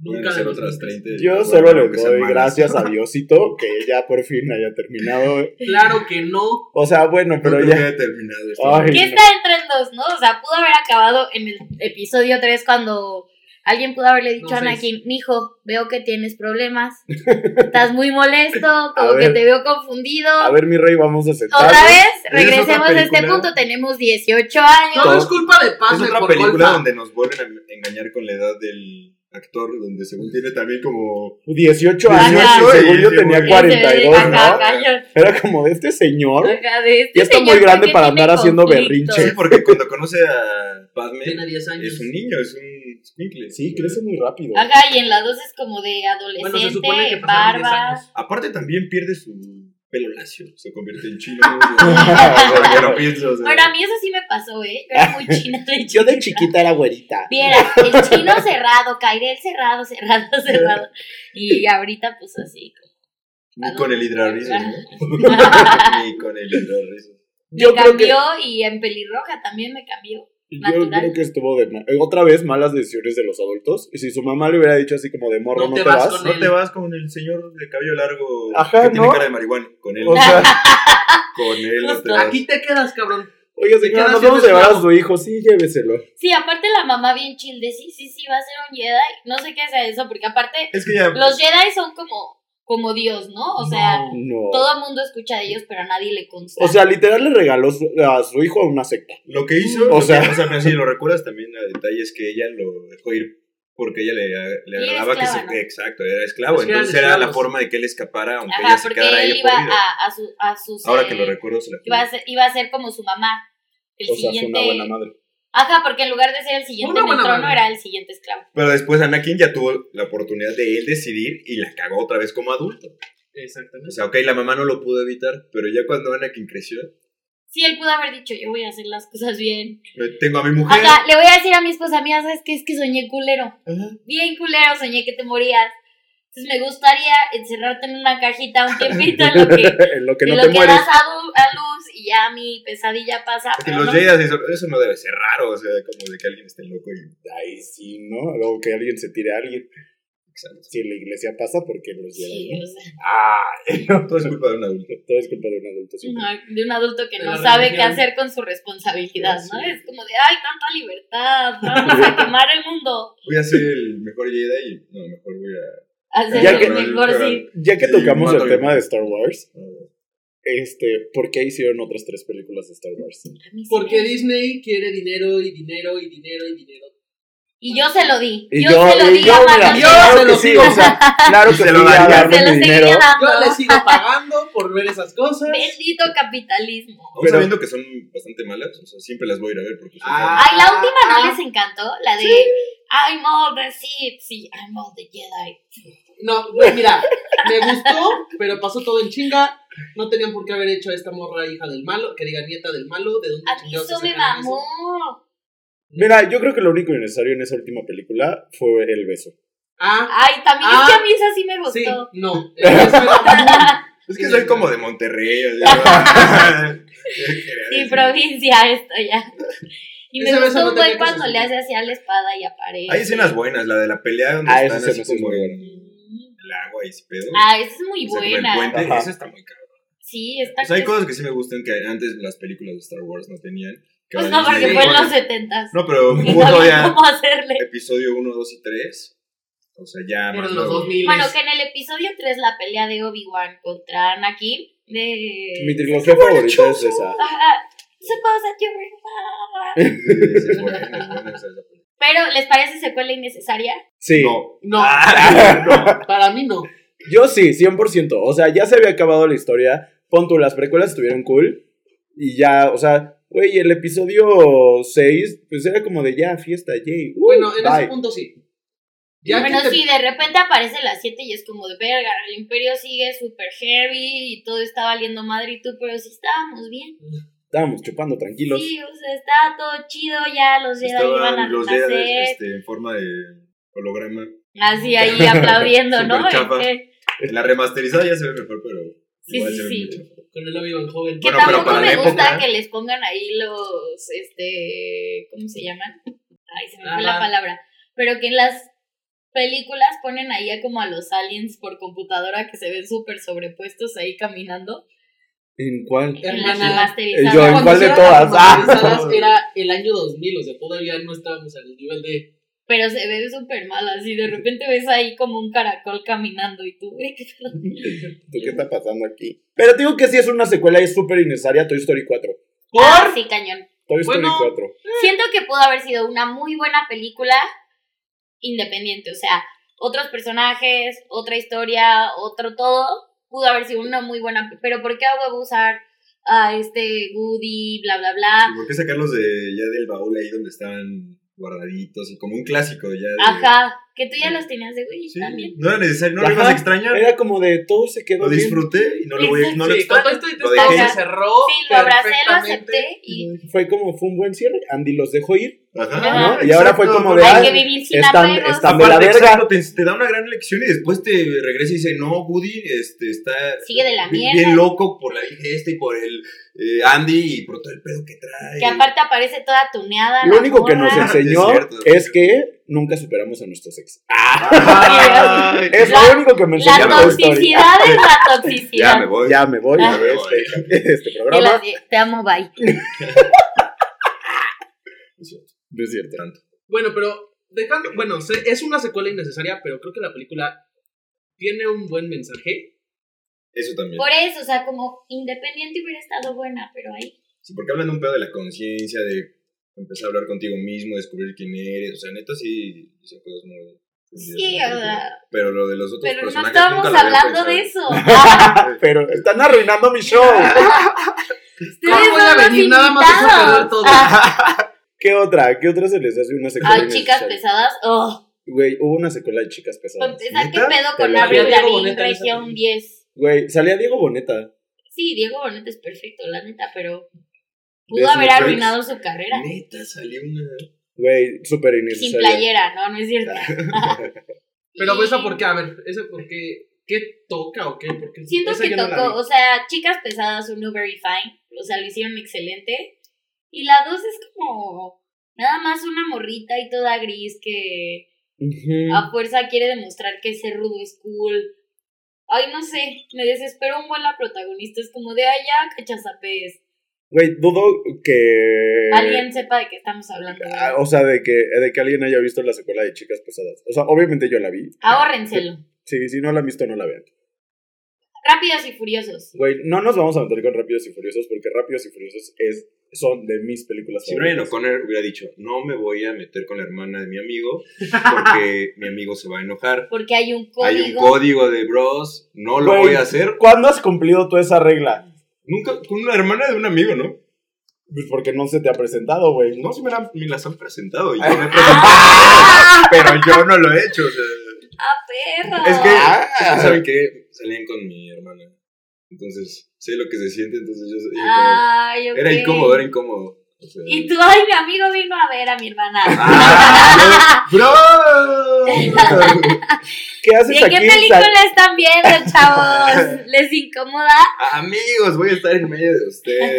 Speaker 4: Pueden
Speaker 3: Nunca
Speaker 4: hacer
Speaker 3: me
Speaker 4: otras
Speaker 3: toques.
Speaker 4: 30.
Speaker 2: Yo
Speaker 4: bueno,
Speaker 2: solo le
Speaker 4: aunque sean
Speaker 2: doy
Speaker 4: malas.
Speaker 2: gracias
Speaker 4: [LAUGHS]
Speaker 2: a Diosito que ya por fin haya terminado.
Speaker 3: Claro que no.
Speaker 2: O sea, bueno,
Speaker 4: No
Speaker 2: pero
Speaker 4: creo que
Speaker 2: ya.
Speaker 4: haya terminado esto.
Speaker 2: Ay,
Speaker 1: Que
Speaker 2: no.
Speaker 1: está entre el dos, ¿no? O sea, pudo haber acabado en el episodio 3 cuando alguien pudo haberle dicho
Speaker 3: No,
Speaker 1: a
Speaker 3: seis.
Speaker 1: Anakin, mijo, veo que tienes problemas, estás muy molesto,
Speaker 2: [LAUGHS] A
Speaker 1: como que
Speaker 2: ver.
Speaker 1: te veo confundido.
Speaker 2: A ver, mi rey, vamos a sentarnos.
Speaker 1: Otra vez,
Speaker 4: otra
Speaker 1: regresemos a este
Speaker 4: película.
Speaker 1: punto, tenemos 18 años.
Speaker 3: Todo es culpa de Paz
Speaker 4: Es otra
Speaker 3: por
Speaker 4: película
Speaker 3: culpa.
Speaker 4: donde nos vuelven a engañar con la edad del actor, dongue según tiene también como...
Speaker 2: 18
Speaker 1: Ajá.
Speaker 2: años, y según yo
Speaker 4: Sí,
Speaker 2: tenía
Speaker 4: sí,
Speaker 1: Ese-
Speaker 2: 42,
Speaker 1: ajá,
Speaker 2: ¿no?
Speaker 1: ajá, yo-
Speaker 2: Era como de este señor.
Speaker 1: ajá, de este
Speaker 2: Ya está
Speaker 1: señor,
Speaker 2: muy grande
Speaker 1: ¿por qué
Speaker 2: para
Speaker 1: tiene
Speaker 2: andar haciendo
Speaker 1: conflictos?
Speaker 4: Sí,
Speaker 2: berrinche.
Speaker 4: porque cuando conoce a Padme
Speaker 3: Tiene 10 años.
Speaker 4: es un niño, es un squinkle.
Speaker 2: Sí, crece muy rápido.
Speaker 1: Ajá, y en la 2 es como de
Speaker 3: Bueno, se
Speaker 1: adolescente,
Speaker 3: supone que pasaron 10
Speaker 1: barba.
Speaker 3: años.
Speaker 4: Aparte también pierde su pelo lacio, se convierte en chino. o sea, porque lo pienso, o sea.
Speaker 1: Bueno, a mí eso sí me pasó, ¿eh? Yo era
Speaker 2: [LAUGHS]
Speaker 1: muy china de chiquita.
Speaker 2: Yo de chiquita era güerita.
Speaker 1: Viera, el chino cerrado, Cairel cerrado, cerrado, cerrado. Y ahorita, pues así.
Speaker 4: Ni con el hidrarrizos, ¿no? Ni con el hidrarrizos.
Speaker 1: Me
Speaker 2: Yo creo, que,
Speaker 1: cambió y en pelirroja también me cambió.
Speaker 2: yo
Speaker 1: natural.
Speaker 2: creo que estuvo de ma- eh, otra vez malas decisiones de los adultos. Y si su mamá le hubiera dicho así como de morro, no, te, vas.
Speaker 3: con
Speaker 4: No
Speaker 3: él.
Speaker 4: te vas con el señor de cabello largo
Speaker 2: Ajá,
Speaker 4: que tiene
Speaker 2: ¿no?
Speaker 4: cara de marihuana. Con
Speaker 2: [LAUGHS]
Speaker 4: él,
Speaker 2: O sea,
Speaker 1: [LAUGHS]
Speaker 4: con él no te vas.
Speaker 3: Aquí te quedas, cabrón.
Speaker 2: oiga
Speaker 3: Te
Speaker 2: señora,
Speaker 3: quedas
Speaker 2: nos
Speaker 3: sin
Speaker 2: vamos a llevar a
Speaker 3: esclavo.
Speaker 2: su hijo, sí, lléveselo.
Speaker 1: Sí, aparte la mamá bien chill de sí, sí, sí, va a ser un Jedi. No sé qué sea eso, porque aparte
Speaker 4: Es que ya...
Speaker 1: los Jedi son como, como Dios, ¿no? O sea,
Speaker 3: No.
Speaker 2: No.
Speaker 1: todo el mundo escucha de ellos, pero a nadie le consta.
Speaker 2: O sea, literal le regaló su- a su hijo a una secta.
Speaker 4: Lo que hizo,
Speaker 2: O
Speaker 4: o
Speaker 2: sea.
Speaker 4: sea, o sea, pero
Speaker 2: [LAUGHS]
Speaker 4: si lo recuerdas también a detalle es que ella lo dejó ir porque ella le, le
Speaker 1: Y era
Speaker 4: agradaba que
Speaker 1: esclava,
Speaker 4: se-
Speaker 1: ¿no?
Speaker 4: exacto, era esclavo,
Speaker 3: Pues que eran
Speaker 4: entonces era la
Speaker 3: esclavos.
Speaker 4: forma de que él escapara aunque
Speaker 1: Ajá,
Speaker 4: ella se
Speaker 1: porque
Speaker 4: quedara ahí
Speaker 1: él
Speaker 4: de
Speaker 1: iba
Speaker 4: por vida.
Speaker 1: a, a su, a sus,
Speaker 4: Ahora que
Speaker 1: eh,
Speaker 4: lo recuerdo se la
Speaker 1: iba a ser, iba a ser como su mamá. El
Speaker 2: O sea, fue
Speaker 1: siguiente.
Speaker 2: una buena madre.
Speaker 1: Ajá, porque en lugar de ser el siguiente
Speaker 3: Una
Speaker 1: en el
Speaker 3: buena
Speaker 1: trono,
Speaker 3: madre.
Speaker 1: era el siguiente esclavo.
Speaker 4: Pero después Anakin ya tuvo la oportunidad de él decidir y la cagó otra vez como adulto. O
Speaker 3: Exactamente.
Speaker 4: sea, ok, la mamá no lo pudo evitar, pero ya cuando Anakin creció,
Speaker 1: Sí, él pudo haber dicho, yo voy a hacer las cosas bien.
Speaker 4: me- tengo a mi mujer.
Speaker 1: Ajá, le voy a decir a mi esposa, mía, ¿sabes qué? Es que soñé culero.
Speaker 4: Ajá.
Speaker 1: Bien culero, soñé que te morías. Entonces me gustaría encerrarte en una cajita un tiempito en lo que,
Speaker 2: [LAUGHS] En lo que no
Speaker 1: en lo
Speaker 2: te
Speaker 1: que
Speaker 2: mueres.
Speaker 1: das a, du- a luz y ya mi pesadilla pasa.
Speaker 4: Porque
Speaker 1: Pero
Speaker 4: los
Speaker 1: no.
Speaker 4: Jedi, eso, eso no debe ser raro, o sea, como de que alguien esté loco y...
Speaker 2: Ay, sí, ¿no? O que alguien se tire a alguien.
Speaker 4: Exacto.
Speaker 2: Si la iglesia pasa, porque los
Speaker 1: Sí,
Speaker 2: Jedi?
Speaker 1: o sea,
Speaker 2: Ah,
Speaker 4: Todo es culpa de un adulto.
Speaker 2: todo es culpa de un adulto. sí.
Speaker 1: ajá, de un adulto que
Speaker 3: De
Speaker 1: no
Speaker 3: la
Speaker 1: sabe qué
Speaker 3: religión.
Speaker 1: hacer con su responsabilidad, ¿no?
Speaker 4: Sí.
Speaker 1: Es como de, ay, tanta libertad, vamos
Speaker 2: [LAUGHS]
Speaker 1: a quemar el mundo.
Speaker 4: Voy a ser el mejor Jedi y no, mejor voy a.
Speaker 1: Hacer
Speaker 2: Ya
Speaker 1: el
Speaker 2: que-
Speaker 1: mejor, sí.
Speaker 2: Ya que
Speaker 4: Sí,
Speaker 2: tocamos el
Speaker 4: mátalo.
Speaker 2: tema de Star Wars, este, ¿por qué hicieron otras tres películas de Star Wars?
Speaker 1: A mí sí
Speaker 3: Porque
Speaker 1: me-
Speaker 3: Disney quiere dinero y dinero y dinero y dinero.
Speaker 1: Y yo se lo di.
Speaker 2: Y
Speaker 1: yo,
Speaker 2: yo,
Speaker 1: se lo
Speaker 2: y
Speaker 1: di
Speaker 2: yo,
Speaker 1: a
Speaker 2: mira,
Speaker 1: Magali.
Speaker 3: Yo
Speaker 2: claro
Speaker 3: se
Speaker 2: que
Speaker 3: lo
Speaker 2: sí,
Speaker 3: digo.
Speaker 2: o sea, [LAUGHS] claro que
Speaker 4: [LAUGHS] Se
Speaker 2: sí,
Speaker 4: lo daría.
Speaker 2: darle
Speaker 1: se lo
Speaker 2: dinero.
Speaker 1: seguiría
Speaker 3: Yo le
Speaker 1: dando.
Speaker 3: sigo pagando por ver esas cosas.
Speaker 1: Bendito capitalismo.
Speaker 4: Aún
Speaker 2: Pero-
Speaker 4: sabiendo que son bastante malas, o sea, siempre las voy a ir a ver porque. soy
Speaker 3: Ah.
Speaker 1: Ay, la última
Speaker 3: Ah.
Speaker 1: no les encantó, la de I'm all the Sith, sí, I'm all the Jedi.
Speaker 3: No, güey, mira, me gustó, pero pasó todo en chinga. No tenían por qué haber hecho a esta morra hija del malo, que diga nieta del malo, de dónde
Speaker 1: A mí
Speaker 3: chingados
Speaker 1: eso
Speaker 3: se
Speaker 1: me
Speaker 3: sacaron eso.
Speaker 1: mamó.
Speaker 2: Mira, yo creo que lo único necesario en esa última película fue el beso.
Speaker 3: Ah,
Speaker 1: Ay, también
Speaker 3: Ah.
Speaker 1: es que a mí esa sí me
Speaker 3: sí,
Speaker 1: gustó. [LAUGHS]
Speaker 3: no. Eso era
Speaker 4: fan. Es que soy como de Monterrey. o
Speaker 1: [LAUGHS]
Speaker 4: sea, ¿no?
Speaker 1: Sí, provincia esto ya. Y me
Speaker 3: Ese beso
Speaker 1: gustó
Speaker 3: no
Speaker 1: un buen
Speaker 3: tenía que
Speaker 1: cuando le
Speaker 3: suceder.
Speaker 1: hace así a la espada y aparece.
Speaker 4: Hay escenas buenas, la de la pelea donde
Speaker 2: Ah,
Speaker 4: están
Speaker 2: esa
Speaker 4: así
Speaker 2: escena sí es
Speaker 4: como
Speaker 2: muy
Speaker 4: en
Speaker 2: buena.
Speaker 4: el agua y ese pedo.
Speaker 1: Ah, esa es muy
Speaker 4: O sea, como el
Speaker 1: buena.
Speaker 4: puente,
Speaker 2: Ajá.
Speaker 4: eso está muy caro.
Speaker 1: Sí, está
Speaker 4: O sea, Pues hay
Speaker 1: que-
Speaker 4: cosas que sí me gustan que antes las películas de Star Wars no tenían. que
Speaker 1: Pues
Speaker 4: ahora
Speaker 1: no, porque
Speaker 4: Disney
Speaker 1: fue en
Speaker 4: pone.
Speaker 1: los setentas.
Speaker 4: No, pero
Speaker 1: Y
Speaker 4: hubo
Speaker 1: sabían [LAUGHS]
Speaker 4: todavía
Speaker 1: cómo hacerle.
Speaker 4: episodio 1, 2 y 3. O sea, ya
Speaker 3: Pero
Speaker 4: más
Speaker 3: en los
Speaker 4: luego.
Speaker 3: 2000.
Speaker 1: Bueno, que en el episodio 3 la pelea de Obi-Wan contra Anakin
Speaker 2: Mi
Speaker 1: de...
Speaker 2: trilogía favorita es esa.
Speaker 1: Ah, Supposed that you were-
Speaker 4: Sí, sí, es buena, es buena, o sea, es la película.
Speaker 1: Pero, ¿les parece secuela innecesaria?
Speaker 2: Sí.
Speaker 4: No. Ah,
Speaker 3: No, no, para mí no.
Speaker 2: Yo sí, 100%. O sea, ya se había acabado la historia. Pon tú, las precuelas estuvieron cool. Y ya, o sea, güey, el episodio 6, pues era como de ya, fiesta, yay. uh,
Speaker 3: Bueno, en
Speaker 2: bye.
Speaker 3: ese punto sí. Ya
Speaker 1: bueno,
Speaker 3: que te-
Speaker 1: sí, de repente aparece la 7 y es como de verga, el imperio sigue super heavy y todo está valiendo madre y tú, pero sí estábamos bien.
Speaker 2: Estábamos chupando tranquilos.
Speaker 1: Sí, o sea, está todo chido, ya los Jedi iban a
Speaker 4: Estaban los dedos
Speaker 1: renacer.
Speaker 4: este, en forma de holograma.
Speaker 1: Así ahí
Speaker 4: [LAUGHS]
Speaker 1: aplaudiendo, ¿no?
Speaker 4: Superchapa.
Speaker 1: Eh,
Speaker 4: En la remasterizada ya se ve mejor, pero
Speaker 1: Sí,
Speaker 4: igual
Speaker 1: sí,
Speaker 4: se ve
Speaker 1: sí.
Speaker 4: mucho.
Speaker 3: Con el Obi-Wan joven.
Speaker 1: Que
Speaker 4: Bueno, pero
Speaker 1: tampoco
Speaker 4: para
Speaker 1: me
Speaker 4: la
Speaker 1: gusta
Speaker 4: época- ¿eh?
Speaker 1: que les pongan ahí los, este, ¿cómo se llaman? Ay, se me fue
Speaker 3: Ah.
Speaker 1: la palabra. Pero que en las películas ponen ahí a como a los aliens por computadora que se ven súper sobrepuestos ahí caminando.
Speaker 2: ¿En cuál?
Speaker 1: En
Speaker 3: Hermana,
Speaker 1: las
Speaker 2: el
Speaker 1: remasterizadas.
Speaker 2: Yo, ¿en
Speaker 3: Cuando
Speaker 2: cuál de
Speaker 3: hicieron
Speaker 2: todas?
Speaker 3: las
Speaker 2: Ah.
Speaker 3: masterizadas [LAUGHS] Era el año 2000, o sea, todavía no estábamos al nivel de.
Speaker 1: Pero se ve súper mal así. De repente ves ahí como un caracol caminando y tú, güey, qué pedo.
Speaker 2: ¿Tú qué está pasando aquí? Pero digo que sí es una secuela y es súper innecesaria Toy Story 4.
Speaker 3: ¿Por?
Speaker 1: Ah, sí, cañón.
Speaker 2: Toy Story
Speaker 3: Bueno.
Speaker 2: 4.
Speaker 1: Siento que pudo haber sido una muy buena película independiente, o sea, otros personajes, otra historia, otro todo, pudo haber sido una muy buena, pero ¿por qué a huevo usar a este Goody, bla, bla,
Speaker 4: ¿Y
Speaker 1: bla?
Speaker 4: por qué sacarlos de, ya del baúl ahí donde estaban guardaditos? Y como un clásico ya. de-
Speaker 1: Ajá, que tú ya los tenías de güey
Speaker 4: Sí,
Speaker 1: también.
Speaker 4: no era necesario, no lo
Speaker 2: Ajá.
Speaker 4: ibas a extrañar.
Speaker 2: Era como de todo se quedó
Speaker 4: Lo
Speaker 2: bien.
Speaker 4: disfruté y no lo voy a no lo
Speaker 3: Sí, con
Speaker 4: extraño.
Speaker 3: todo esto y
Speaker 4: Lo
Speaker 3: todo esto
Speaker 4: dejé.
Speaker 3: se cerró.
Speaker 1: Sí, lo abracé, lo
Speaker 3: Oh, perfectamente.
Speaker 1: acepté y
Speaker 2: Fue como, fue un buen cierre. Andy los dejó ir.
Speaker 4: Ajá,
Speaker 2: Ah, ¿no? Y ahora fue
Speaker 4: exacto,
Speaker 2: como de,
Speaker 4: porque-
Speaker 2: ay,
Speaker 1: hay que vivir sin
Speaker 2: están-
Speaker 1: apegos.
Speaker 2: están-
Speaker 4: Aparte,
Speaker 2: de la verga.
Speaker 4: exacto, te, te da una gran lección y después te regresa y dice, no, Woody este, está
Speaker 1: Sigue de la
Speaker 4: bi-
Speaker 1: mierda.
Speaker 4: bien loco por la vieja esta y por el eh, Andy y por todo el pedo que trae.
Speaker 1: Que aparte aparece toda tuneada.
Speaker 2: Lo
Speaker 1: la
Speaker 2: único que
Speaker 1: morra.
Speaker 2: nos
Speaker 4: Ah, sí, [LAUGHS] es
Speaker 2: enseñó
Speaker 4: cierto.
Speaker 2: es que nunca superamos a nuestros ex. Ah,
Speaker 4: Ay,
Speaker 2: Es
Speaker 1: La-
Speaker 2: lo único que me enseñó
Speaker 1: La
Speaker 4: me voy.
Speaker 2: Toy Story.
Speaker 1: toxicidad es la
Speaker 4: [LAUGHS] ya me
Speaker 1: toxicidad.
Speaker 4: voy.
Speaker 2: Ya me voy
Speaker 1: Ah.
Speaker 2: de este, este
Speaker 1: Y las
Speaker 2: programa.
Speaker 1: de, te amo, bye.
Speaker 2: No es cierto.
Speaker 3: Bueno, pero. dejando- bueno, se- es una secuela innecesaria, pero creo que la película tiene un buen mensaje.
Speaker 4: Eso también.
Speaker 1: Por eso, o sea, como independiente hubiera estado buena, pero ahí.
Speaker 4: Sí, porque hablan un pedo de la conciencia, de empezar a hablar contigo mismo, descubrir quién eres. O sea, neta, sí, son cosas muy.
Speaker 1: Sí, o sea,
Speaker 4: Pero lo de los otros
Speaker 1: pero no
Speaker 4: personajes.
Speaker 1: estábamos
Speaker 4: nunca lo había
Speaker 1: hablando de
Speaker 4: pensado.
Speaker 1: eso. Ah,
Speaker 2: Pero están arruinando mi show.
Speaker 1: Ustedes
Speaker 3: voy a
Speaker 1: son los
Speaker 3: venir? Nada más dejo
Speaker 1: invitados.
Speaker 3: perder todo.
Speaker 1: Ah,
Speaker 2: ¿Qué otra? ¿Qué otra se les hace una secuela?
Speaker 1: [LAUGHS] Ay, chicas
Speaker 2: innecesaria?
Speaker 1: pesadas. Oh,
Speaker 2: Güey, hubo una secuela de chicas
Speaker 1: para
Speaker 2: pesadas.
Speaker 1: empezar, ¿qué
Speaker 4: ¿Neta?
Speaker 1: pedo con
Speaker 2: Pero-
Speaker 1: Abril
Speaker 3: Diego
Speaker 1: Lavín,
Speaker 3: Boneta no está
Speaker 1: región
Speaker 3: bien.
Speaker 1: 10?
Speaker 2: Güey, salía Diego Boneta.
Speaker 1: Sí, Diego Boneta es perfecto, la neta, pero
Speaker 4: ¿Ves
Speaker 1: pudo haber
Speaker 4: Netflix?
Speaker 1: arruinado su carrera.
Speaker 4: Neta, salió una.
Speaker 2: Güey, súper
Speaker 1: Sin
Speaker 2: innecesaria.
Speaker 1: playera, no, no es cierto.
Speaker 3: [LAUGHS]
Speaker 1: [LAUGHS]
Speaker 3: Pero pues,
Speaker 1: Y
Speaker 3: esa por qué, a ver, esa por qué. ¿Qué toca o qué? Porque
Speaker 1: Siento
Speaker 3: esa
Speaker 1: que
Speaker 3: yo no la
Speaker 1: tocó,
Speaker 3: vi.
Speaker 1: o sea, chicas pesadas, uno very fine, o sea, lo hicieron excelente. Y la dos es como nada más una morrita y toda gris que
Speaker 2: Ujú.
Speaker 1: a fuerza quiere demostrar que ser rudo es cool. Ay, no sé, me desespera un buen la protagonista. Es como de allá, cachazapes.
Speaker 2: Güey, dudo que.
Speaker 1: Alguien sepa de qué estamos hablando.
Speaker 2: Ah, O sea, de que, de que alguien haya visto la secuela de Chicas Pesadas. O sea, obviamente yo la vi.
Speaker 1: Ahórrenselo.
Speaker 2: Sí, si no la han visto, no la vean.
Speaker 1: Rápidos y furiosos.
Speaker 2: Güey, no nos vamos a meter con Rápidos y Furiosos porque Rápidos y Furiosos es, son de mis películas
Speaker 4: Si Brian O'Connor hubiera dicho, no me voy a meter con la hermana de mi amigo
Speaker 1: [LAUGHS]
Speaker 4: porque mi amigo se va a enojar.
Speaker 1: Porque hay un código.
Speaker 4: Hay un código de bros, no lo
Speaker 2: Güey.
Speaker 4: voy a hacer.
Speaker 2: ¿Cuándo has cumplido tú esa regla?
Speaker 4: Nunca con la hermana de un amigo, ¿no?
Speaker 2: Pues porque no se te ha presentado, güey.
Speaker 4: No, si me, la- me las han presentado. Yo me he presentado,
Speaker 1: [LAUGHS]
Speaker 4: pero yo no lo he hecho. o sea.
Speaker 1: ¡Ah, perro!
Speaker 4: es que,
Speaker 2: Ah.
Speaker 4: es que ¿saben que Salían con mi hermana. Entonces, sé lo que se siente, entonces yo... yo como-
Speaker 1: Ay, Ah, ok.
Speaker 4: era incómodo, era incómodo. O sea,
Speaker 1: Y tú, ay, mi amigo vino a ver a mi hermana. [LAUGHS]
Speaker 4: ¡Ah! ¡Bro!
Speaker 2: ¿Qué haces
Speaker 1: ¿De qué
Speaker 2: pues, aquí? Sal-
Speaker 1: película están viendo, chavos? ¿Les incomoda?
Speaker 4: Amigos, voy a estar en medio de ustedes.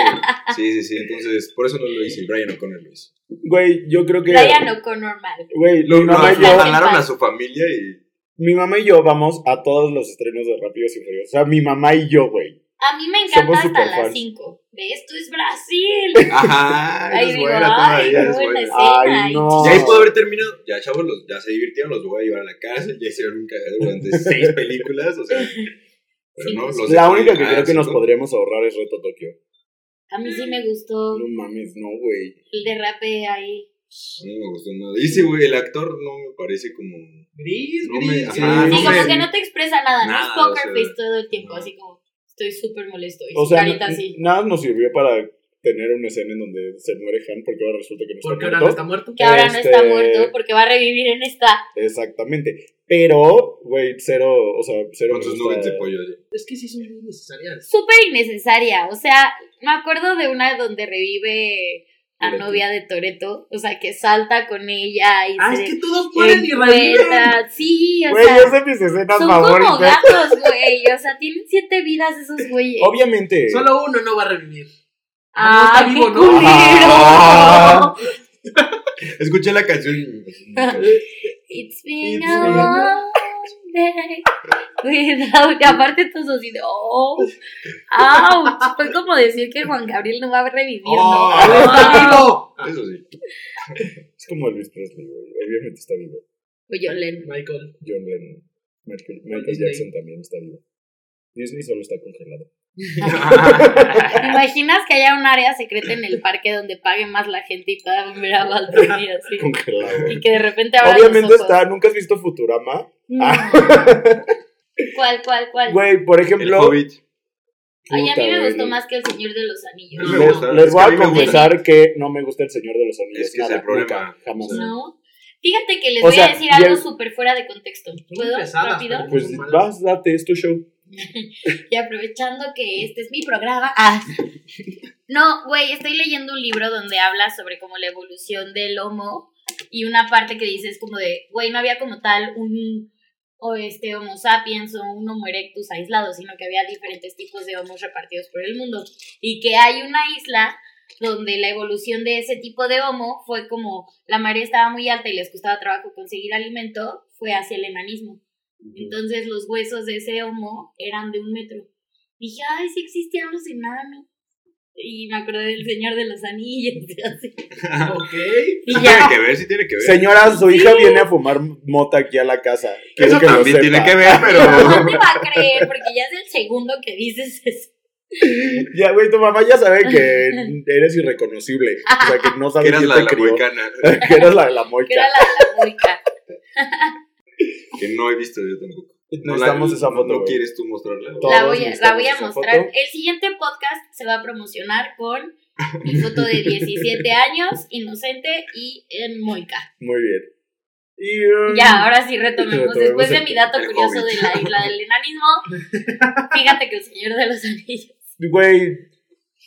Speaker 4: Sí, sí, sí, entonces por eso no lo hice. Brian O'Connor lo hizo.
Speaker 2: Güey, yo creo que.
Speaker 1: Brian O'Connor mal.
Speaker 2: Güey,
Speaker 4: Lo,
Speaker 2: mi,
Speaker 4: lo
Speaker 2: mamá y yo,
Speaker 1: afloja.
Speaker 4: apunalaron a su familia y.
Speaker 2: mi mamá y yo vamos a todos los estrenos de Rápidos y Furiosos. O sea, mi mamá y yo, güey.
Speaker 1: A mí me encanta
Speaker 2: Somos
Speaker 1: hasta
Speaker 2: superfans.
Speaker 1: las 5. De esto es
Speaker 4: [LAUGHS]
Speaker 1: Brasil.
Speaker 4: Ajá,
Speaker 1: Ay,
Speaker 4: es
Speaker 1: digo,
Speaker 4: buena
Speaker 1: ay,
Speaker 4: todavía.
Speaker 1: qué
Speaker 4: es
Speaker 1: buena
Speaker 4: buena.
Speaker 1: escena.
Speaker 2: Ay, no.
Speaker 1: y
Speaker 4: Y ahí pudo haber terminado. Ya, chavos, los, ya se divirtieron, los voy a llevar a la cárcel. Ya hicieron un cagado durante
Speaker 2: [LAUGHS]
Speaker 4: seis películas. O sea. Pero
Speaker 1: Sí,
Speaker 4: no,
Speaker 1: pues,
Speaker 4: los
Speaker 2: La
Speaker 4: dejaron
Speaker 2: única que
Speaker 4: en
Speaker 2: creo que
Speaker 4: paz,
Speaker 2: nos
Speaker 4: ¿no?
Speaker 2: podríamos ahorrar es Reto Tokio.
Speaker 1: A mí sí me gustó
Speaker 2: No mames, no, güey.
Speaker 1: el derrape ahí.
Speaker 4: A mí me gustó nada. Y sí, güey, el actor no me parece como.
Speaker 3: Gris,
Speaker 4: No me-
Speaker 3: gris.
Speaker 4: ajá,
Speaker 2: Ah,
Speaker 3: gris.
Speaker 1: Sí,
Speaker 4: no
Speaker 1: como
Speaker 4: me-
Speaker 1: que no te expresa nada, no es
Speaker 4: Nada,
Speaker 1: poker
Speaker 4: o sea,
Speaker 1: face todo el tiempo,
Speaker 4: no.
Speaker 1: así como estoy súper molesto. Y
Speaker 2: O
Speaker 1: su
Speaker 2: sea,
Speaker 1: carita
Speaker 2: n-
Speaker 1: así.
Speaker 2: nada nos sirvió para tener una escena en donde se muere Han porque ahora resulta que no
Speaker 3: Porque
Speaker 2: está
Speaker 3: ahora no
Speaker 2: muerto.
Speaker 3: está muerto.
Speaker 1: Que ahora no está
Speaker 2: este-
Speaker 1: muerto porque va a revivir en esta.
Speaker 2: Exactamente. Pero, güey, cero, o sea, cero.
Speaker 4: Con
Speaker 2: me
Speaker 4: sus
Speaker 2: gusta.
Speaker 4: nubes de pollo. ya.
Speaker 3: Es que sí son muy necesarias.
Speaker 1: Súper innecesaria. O sea, me acuerdo de una donde revive a
Speaker 4: Toretto.
Speaker 1: novia de Toreto. O sea, que salta con ella y
Speaker 3: Ah,
Speaker 1: se
Speaker 3: es que todos mueren y reviven.
Speaker 1: encuentra. Sí, o
Speaker 2: Güey,
Speaker 1: sea.
Speaker 2: es de mis escenas
Speaker 1: Son como
Speaker 2: favoritas.
Speaker 1: gatos, güey. O sea, tienen siete vidas esos güeyes.
Speaker 2: Obviamente.
Speaker 3: Solo uno no va
Speaker 1: [LAUGHS]
Speaker 3: a revivir.
Speaker 1: Ah, qué
Speaker 3: No, está vivo, ¿no?
Speaker 1: culero.
Speaker 2: Ah.
Speaker 4: Escuché la
Speaker 2: [LAUGHS]
Speaker 4: canción. y- pues,
Speaker 1: It's been
Speaker 2: It's
Speaker 1: a
Speaker 2: been a
Speaker 1: long day without- Aparte todos así de oh, ouch. Fue como decir que Juan Gabriel no va a revivir, ¿no?
Speaker 4: Oh,
Speaker 3: ¡Está
Speaker 1: Ah.
Speaker 3: vivo!
Speaker 4: Eso sí.
Speaker 2: Es como Elvis Presley, güey. Obviamente está vivo.
Speaker 1: Pues yo le-
Speaker 2: [LAUGHS]
Speaker 3: Michael.
Speaker 2: John Lennon. Michael, Michael
Speaker 3: Disney.
Speaker 2: Jackson también está vivo. Disney solo está
Speaker 1: [LAUGHS]
Speaker 2: congelado.
Speaker 1: ¿Te imaginas que haya un área secreta en el parque donde pague más la gente y pueda volver a Baltimore y así?
Speaker 2: Congelado.
Speaker 1: Y que de repente abra
Speaker 2: Obviamente
Speaker 1: los ojos.
Speaker 2: está. ¿Nunca has visto Futurama?
Speaker 1: No. ¿Cuál, cuál, cuál?
Speaker 2: Güey, por
Speaker 4: El
Speaker 2: ejemplo.
Speaker 4: Hobbit.
Speaker 1: Oye, a mí
Speaker 2: Puta,
Speaker 1: me
Speaker 2: güey.
Speaker 1: gustó más que El Señor de los Anillos.
Speaker 3: No.
Speaker 2: Les,
Speaker 4: gusta.
Speaker 2: les
Speaker 4: Es
Speaker 2: voy
Speaker 4: que a
Speaker 2: a
Speaker 4: mí me
Speaker 2: confesar que no me gusta el Señor de los Anillos.
Speaker 4: Es que es
Speaker 2: nada,
Speaker 4: el problema.
Speaker 2: nunca, jamás.
Speaker 1: No. Fíjate que les
Speaker 2: O
Speaker 1: voy
Speaker 2: sea,
Speaker 1: a decir
Speaker 2: ya-
Speaker 1: algo súper fuera de contexto. ¿Puedo?
Speaker 3: pesadas,
Speaker 1: ¿Rápido?
Speaker 3: pero-
Speaker 2: Pues vas, date, es tu show.
Speaker 1: Y aprovechando que este es mi programa. ah. No, güey, estoy leyendo un libro donde habla sobre como la evolución del homo y una parte que dice es como de, güey, no había como tal un o este homo sapiens o un homo erectus aislado, sino que había diferentes tipos de homos repartidos por el mundo y que hay una isla donde la evolución de ese tipo de homo fue como la marea estaba muy alta y les costaba trabajo conseguir alimento, fue hacia el enanismo. Entonces los huesos de ese homo eran de un metro. Dije, ay, sí existían los enanos. Y me acordé del Señor de los Anillos. [LAUGHS] y así.
Speaker 3: Ok.
Speaker 1: Y
Speaker 4: Tiene
Speaker 1: ya.
Speaker 4: que ver, sí tiene que ver.
Speaker 2: Señora, su hija
Speaker 1: Sí.
Speaker 2: viene a fumar mota aquí a la casa. Quiero
Speaker 4: Eso
Speaker 2: que lo
Speaker 4: también
Speaker 2: sepa.
Speaker 4: tiene que ver,
Speaker 1: [LAUGHS]
Speaker 2: [LAUGHS]
Speaker 1: No
Speaker 4: pero.
Speaker 1: te va a creer, porque ya es el segundo que dices eso.
Speaker 2: Ya, güey, tu mamá ya sabe [LAUGHS] que eres irreconocible. O sea, que no
Speaker 4: que
Speaker 2: sabe
Speaker 4: eras
Speaker 2: quién
Speaker 4: la de
Speaker 2: te
Speaker 4: la
Speaker 2: crió.
Speaker 4: moicana.
Speaker 2: [LAUGHS] que eras la de la
Speaker 1: Que era
Speaker 2: moica.
Speaker 1: la de la Wicca.
Speaker 4: Que no he visto yo tampoco. No la-
Speaker 2: Necesitamos esa
Speaker 4: no-
Speaker 2: foto,
Speaker 4: No
Speaker 2: güey.
Speaker 4: quieres tú mostrarla. güey.
Speaker 2: Todo.
Speaker 1: La
Speaker 2: Todos
Speaker 1: voy, a,
Speaker 2: necesitamos
Speaker 1: la voy a
Speaker 2: esa
Speaker 1: mostrar.
Speaker 2: foto.
Speaker 1: El siguiente podcast se va a promocionar con mi foto de
Speaker 2: [LAUGHS]
Speaker 1: 17 años, inocente y en Moica.
Speaker 2: Muy bien. Y, um,
Speaker 1: Ya, ahora sí retomemos.
Speaker 2: Retomemos
Speaker 1: Después de
Speaker 2: el-
Speaker 1: mi dato
Speaker 4: el
Speaker 1: curioso de
Speaker 4: Hobbit.
Speaker 1: la isla del enanismo, fíjate que el Señor de los Anillos.
Speaker 2: Güey.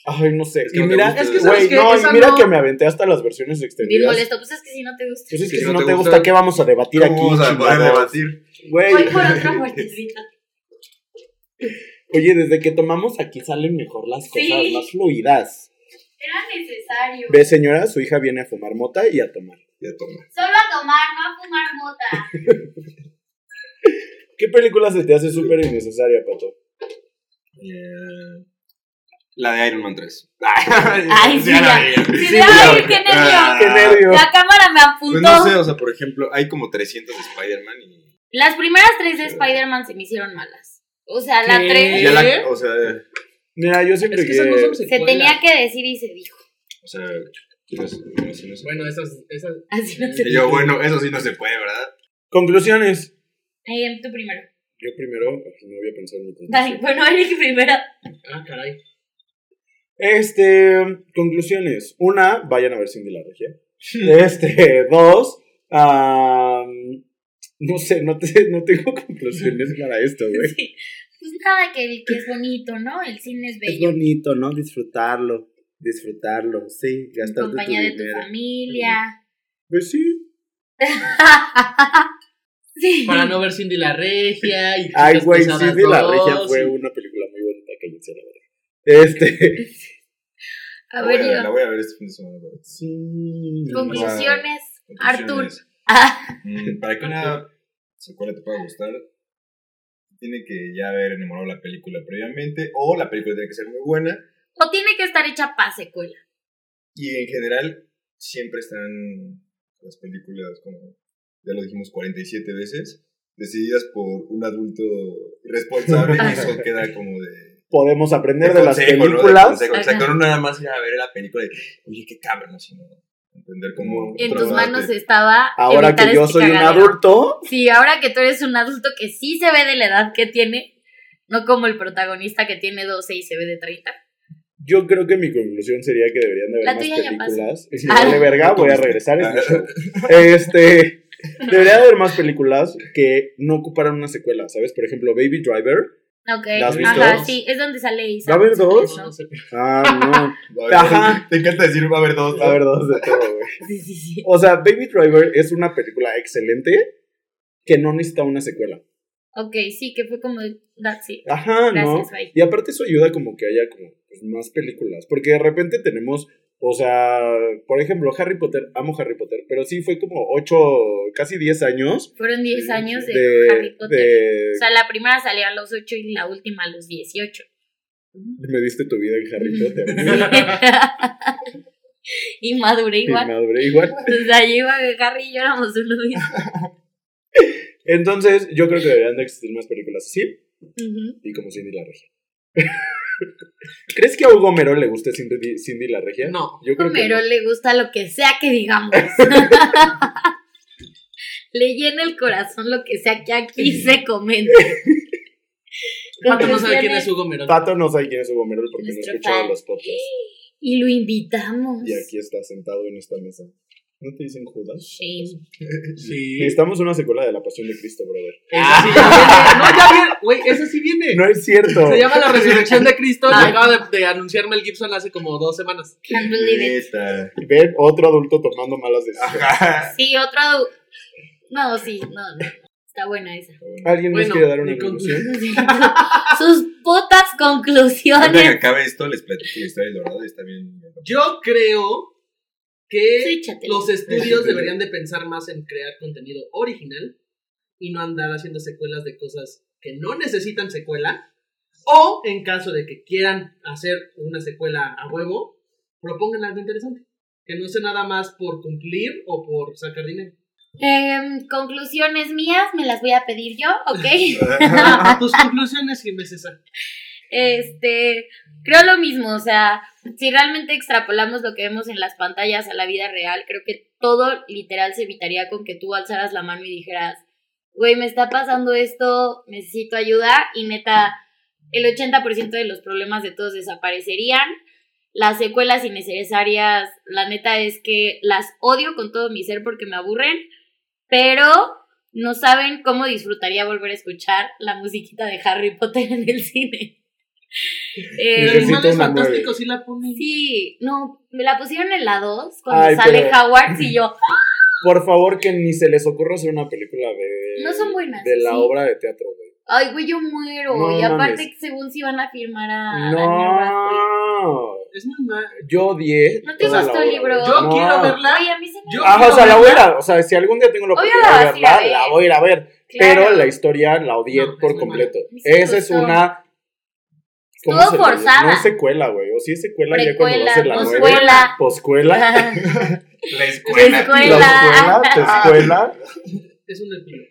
Speaker 2: Ay, no sé.
Speaker 4: Es que
Speaker 2: Y
Speaker 4: no te
Speaker 2: mira,
Speaker 4: gusta.
Speaker 2: es
Speaker 4: Es
Speaker 2: que,
Speaker 4: que
Speaker 2: güey,
Speaker 3: sabes que
Speaker 2: no, y
Speaker 3: esa
Speaker 2: mira
Speaker 3: no-
Speaker 2: que me aventé hasta las versiones
Speaker 1: Bien
Speaker 2: extendidas.
Speaker 1: molesto, pues es que si no te gusta.
Speaker 2: Pues es que
Speaker 4: Si
Speaker 2: si
Speaker 4: no
Speaker 2: no
Speaker 4: te
Speaker 2: te
Speaker 4: gusta-
Speaker 2: gusta, ¿qué vamos a debatir aquí?
Speaker 4: ¿Cómo vamos a poder
Speaker 2: chingados?
Speaker 4: debatir?
Speaker 2: Güey,
Speaker 1: Voy por otra
Speaker 4: [LAUGHS]
Speaker 1: muertecita.
Speaker 2: oye, desde que tomamos aquí salen mejor las
Speaker 1: Sí.
Speaker 2: cosas, más fluidas.
Speaker 1: Era necesario.
Speaker 2: Ve, señora, su hija viene a fumar mota y a tomar.
Speaker 4: Ya toma.
Speaker 1: Solo a tomar, no a fumar mota.
Speaker 2: ¿Qué película se te hace súper innecesaria, Pato?
Speaker 4: Eh, la de Iron Man 3.
Speaker 1: [LAUGHS] Ay, sí,
Speaker 4: Ya la
Speaker 1: ya.
Speaker 4: veía.
Speaker 1: Sí,
Speaker 2: Sí,
Speaker 1: de, ay,
Speaker 2: claro.
Speaker 1: qué
Speaker 4: Ah,
Speaker 1: nervio.
Speaker 2: ¡Qué nervio!
Speaker 1: La cámara me apuntó.
Speaker 4: Pues no sé, o sea, por ejemplo, hay como 300 de Spider-Man y.
Speaker 1: Las primeras tres de Spider-Man se me hicieron malas. O sea, la
Speaker 3: ¿Qué?
Speaker 1: tres ¿eh?
Speaker 4: y ya la, o sea,
Speaker 2: Mira, yo
Speaker 3: Es
Speaker 2: siempre
Speaker 3: que
Speaker 2: que...
Speaker 3: esas no son
Speaker 1: se
Speaker 3: secuelas.
Speaker 1: tenía que decir y se dijo. [LAUGHS]
Speaker 4: o sea, no sé, no sé, no sé.
Speaker 3: Bueno, esas, esas.
Speaker 1: Así no se
Speaker 4: Y yo, bueno, eso sí no se puede, ¿verdad?
Speaker 2: Conclusiones.
Speaker 1: Ahí, tú primero.
Speaker 2: Yo primero, ay, no había pensado en mi conclusión.
Speaker 1: Ay, bueno, Eric primero.
Speaker 3: Ah, caray.
Speaker 2: Este, conclusiones. Una, vayan a ver Cindy la Regia.
Speaker 3: [LAUGHS]
Speaker 2: Este, dos, am, no sé, no, te- no tengo [LAUGHS] conclusiones para esto, güey.
Speaker 1: Sí. Pues nada, que, que es bonito, ¿no? El cine es
Speaker 2: Es
Speaker 1: bello.
Speaker 2: bonito, ¿no? Disfrutarlo, disfrutarlo, sí,
Speaker 1: En
Speaker 2: gastar tu
Speaker 1: compañía de tu
Speaker 2: dinero.
Speaker 1: familia.
Speaker 2: Pues sí.
Speaker 1: sí.
Speaker 3: Para no ver Cindy la Regia. Y
Speaker 2: Ay,
Speaker 3: Chicas
Speaker 2: güey,
Speaker 3: Pesadas
Speaker 2: Cindy la Regia
Speaker 3: dos,
Speaker 2: fue
Speaker 3: y-
Speaker 2: una película muy bonita que yo hice, la verdad.
Speaker 1: [LAUGHS]
Speaker 2: Este,
Speaker 1: A
Speaker 4: La voy
Speaker 1: ver,
Speaker 4: a- la
Speaker 1: yo.
Speaker 4: voy a ver este fin de semana. ¿verdad?
Speaker 2: sí.
Speaker 1: Conclusiones, Arthur.
Speaker 4: Conclusiones.
Speaker 1: Ah,
Speaker 4: Mm, Para que una secuela te pueda gustar, tiene que ya haber enamorado la película previamente, o la película tiene que ser muy buena,
Speaker 1: [LAUGHS] o tiene que estar hecha para secuela.
Speaker 4: y en general siempre están las películas, como ya lo dijimos 47 veces, decididas por un adulto responsable, y
Speaker 1: [LAUGHS]
Speaker 4: eso queda como de...
Speaker 2: Podemos aprender de, las
Speaker 4: consejo, ¿no? De
Speaker 2: películas.
Speaker 4: consejo, Exacto,
Speaker 1: Ajá.
Speaker 4: no nada más ir a ver la película y, oye, qué cabrón, sino entender cómo...
Speaker 1: En tus
Speaker 4: tratarte.
Speaker 1: manos estaba.
Speaker 2: Ahora
Speaker 1: evitar
Speaker 2: que yo
Speaker 1: este
Speaker 2: soy un
Speaker 1: cagadero.
Speaker 2: adulto,
Speaker 1: Sí, ahora que tú eres un adulto que sí se ve de la edad que tiene, no como el protagonista que tiene 12 y se ve de 30.
Speaker 2: Yo creo que mi conclusión sería que deberían de haber
Speaker 1: La
Speaker 2: más
Speaker 1: tuya ya [LAUGHS]
Speaker 2: películas. Y si
Speaker 1: Ah.
Speaker 2: vale verga, voy a regresar a este show. Este, debería de haber más películas que no ocuparan una secuela, ¿sabes? Por ejemplo, Baby Driver.
Speaker 1: Ok,
Speaker 2: ¿La has
Speaker 3: visto?
Speaker 1: ajá, sí, es donde sale Isa.
Speaker 2: ¿Va a
Speaker 1: no
Speaker 2: haber
Speaker 1: sé
Speaker 2: dos?
Speaker 1: qué,
Speaker 3: No,
Speaker 1: ¿no?
Speaker 3: no sé.
Speaker 2: Ah,
Speaker 4: Va a haber-
Speaker 2: Ajá.
Speaker 4: Te encanta decir, va a haber dos.
Speaker 2: [LAUGHS] no. La verdad es de todo, güey.
Speaker 1: Sí, sí, sí.
Speaker 2: O sea, Baby Driver es una película excelente que no necesita una secuela.
Speaker 1: Ok, sí, que fue como. That's it.
Speaker 2: Ajá, Ah, ¿no?
Speaker 1: Gracias, bye.
Speaker 2: Y aparte eso ayuda como que haya como pues, más películas, porque de repente tenemos, o sea, por ejemplo, Harry Potter, amo Harry Potter, pero sí fue como 8, casi 10 años
Speaker 1: Fueron 10 años de, Harry Potter.
Speaker 2: de-
Speaker 1: O sea, la primera salió a los 8 y la última a los 18.
Speaker 2: me diste tu vida
Speaker 1: [LAUGHS]
Speaker 2: en Harry Potter. ¿no?
Speaker 1: y maduré
Speaker 2: Sí,
Speaker 1: igual.
Speaker 2: madre, igual.
Speaker 1: O sea, yo iba a Harry y yo éramos uno
Speaker 2: [LAUGHS]
Speaker 1: mismo.
Speaker 2: Entonces, yo creo que deberían de existir más películas así
Speaker 1: Ujú.
Speaker 2: y como Cindy la Regia. [LAUGHS] ¿Crees que a Hugo Mero le guste Cindy, Cindy la Regia?
Speaker 3: No.
Speaker 2: Yo creo que
Speaker 1: Homero
Speaker 2: no.
Speaker 1: le gusta lo que sea que
Speaker 2: [LAUGHS]
Speaker 1: digamos. le llena el corazón lo que sea que aquí se
Speaker 2: [LAUGHS]
Speaker 1: comente.
Speaker 3: Pato no sabe quién es Hugo Merón.
Speaker 2: Pato no sabe quién es Hugo Mero porque
Speaker 1: Nuestro
Speaker 2: no escuchaba
Speaker 1: fan.
Speaker 2: los podcasts.
Speaker 1: Y lo invitamos.
Speaker 2: Y aquí está sentado en esta mesa. ¿No te dicen Judas?
Speaker 1: Shame.
Speaker 3: Sí.
Speaker 2: Necesitamos una secuela de la Pasión de Cristo, brother.
Speaker 3: Esa sí ya viene. No, ya viene. Güey, esa sí viene.
Speaker 2: Ah. No es cierto.
Speaker 3: Se llama La Resurrección de Cristo.
Speaker 1: Ay.
Speaker 3: y acaba de, de anunciarme el Gibson hace como dos semanas.
Speaker 1: Can't believe it.
Speaker 4: Neta.
Speaker 2: Ve otro adulto tomando malas decisiones.
Speaker 4: Ajá.
Speaker 1: Sí, otro. adu- No, sí, no, no. Está buena esa.
Speaker 2: ¿Alguien
Speaker 3: Bueno,
Speaker 2: nos quiere dar una
Speaker 3: mi conclu-
Speaker 2: conclusión?
Speaker 1: Sus putas
Speaker 4: Antes de que
Speaker 1: conclusiones.
Speaker 4: acabe esto, les platico la historia del dorado y está bien.
Speaker 3: [LAUGHS] Yo creo
Speaker 1: Sí,
Speaker 3: que
Speaker 1: échatela.
Speaker 3: los estudios deberían de pensar más en crear contenido original y no andar haciendo secuelas de cosas que no necesitan secuela. O en caso de que quieran hacer una secuela a huevo, propongan algo interesante. Que no sea nada más por cumplir o por sacar dinero.
Speaker 1: Em, conclusiones mías, me las voy a pedir yo,
Speaker 2: [LAUGHS]
Speaker 1: ¿ok?
Speaker 3: Ah, Tus conclusiones, Jiménez. César.
Speaker 1: Este, creo lo mismo, o sea, si realmente extrapolamos lo que vemos en las pantallas a la vida real, creo que todo literal se evitaría con que tú alzaras la mano y dijeras, güey, me está pasando esto, necesito ayuda y neta, el 80% de los problemas de todos desaparecerían. Las secuelas innecesarias, la neta es que las odio con todo mi ser porque me aburren, pero no saben cómo disfrutaría volver a escuchar la musiquita de Harry Potter en el cine. Eh,
Speaker 3: Pero
Speaker 2: Necesito
Speaker 3: Animales
Speaker 2: una
Speaker 3: Fantásticos sí la ponen.
Speaker 1: Sí, no, me la pusieron en la 2 cuando
Speaker 2: Ay,
Speaker 1: sale
Speaker 2: pero-
Speaker 1: Howard y yo.
Speaker 2: Por favor, que ni se les ocurra hacer una película de.
Speaker 1: No son buenas,
Speaker 2: De la
Speaker 1: sí.
Speaker 2: obra de teatro, güey.
Speaker 1: Ay, güey, yo muero.
Speaker 2: No
Speaker 1: y aparte,
Speaker 2: mames.
Speaker 1: Ah, según si van a firmar a Daniel Radcliffe.
Speaker 2: No.
Speaker 3: Es muy mal.
Speaker 2: Yo odié.
Speaker 1: ¿No te
Speaker 2: toda
Speaker 1: gustó
Speaker 2: la
Speaker 1: el
Speaker 2: obra,
Speaker 1: libro?
Speaker 2: güey.
Speaker 3: Yo
Speaker 2: No.
Speaker 3: quiero verla.
Speaker 1: Oye, a mí se me
Speaker 3: Yo-
Speaker 2: Ajá, o sea, la voy a ir a- O sea, si algún día tengo la
Speaker 1: Obvio
Speaker 2: oportunidad de
Speaker 1: la vas a ir a
Speaker 2: verla,
Speaker 1: ver.
Speaker 2: la voy a ir a ver.
Speaker 1: Claro.
Speaker 2: Pero la historia la odié
Speaker 3: No, es
Speaker 2: por
Speaker 3: muy
Speaker 2: completo.
Speaker 1: mala. Sí,
Speaker 2: Esa es
Speaker 1: justo.
Speaker 2: una. ¿cómo
Speaker 1: Estuvo
Speaker 2: se le dice?
Speaker 1: forzada.
Speaker 2: No es secuela, güey. O si es secuela ya cuando va a ser la
Speaker 1: Precuela,
Speaker 2: nueve.
Speaker 1: poscuela.
Speaker 2: Poscuela.
Speaker 1: [LAUGHS]
Speaker 4: La
Speaker 1: escuela.
Speaker 4: escuela.
Speaker 2: La escuela,
Speaker 1: [LAUGHS] Ah.
Speaker 2: te escuela.
Speaker 3: Es un epílogo.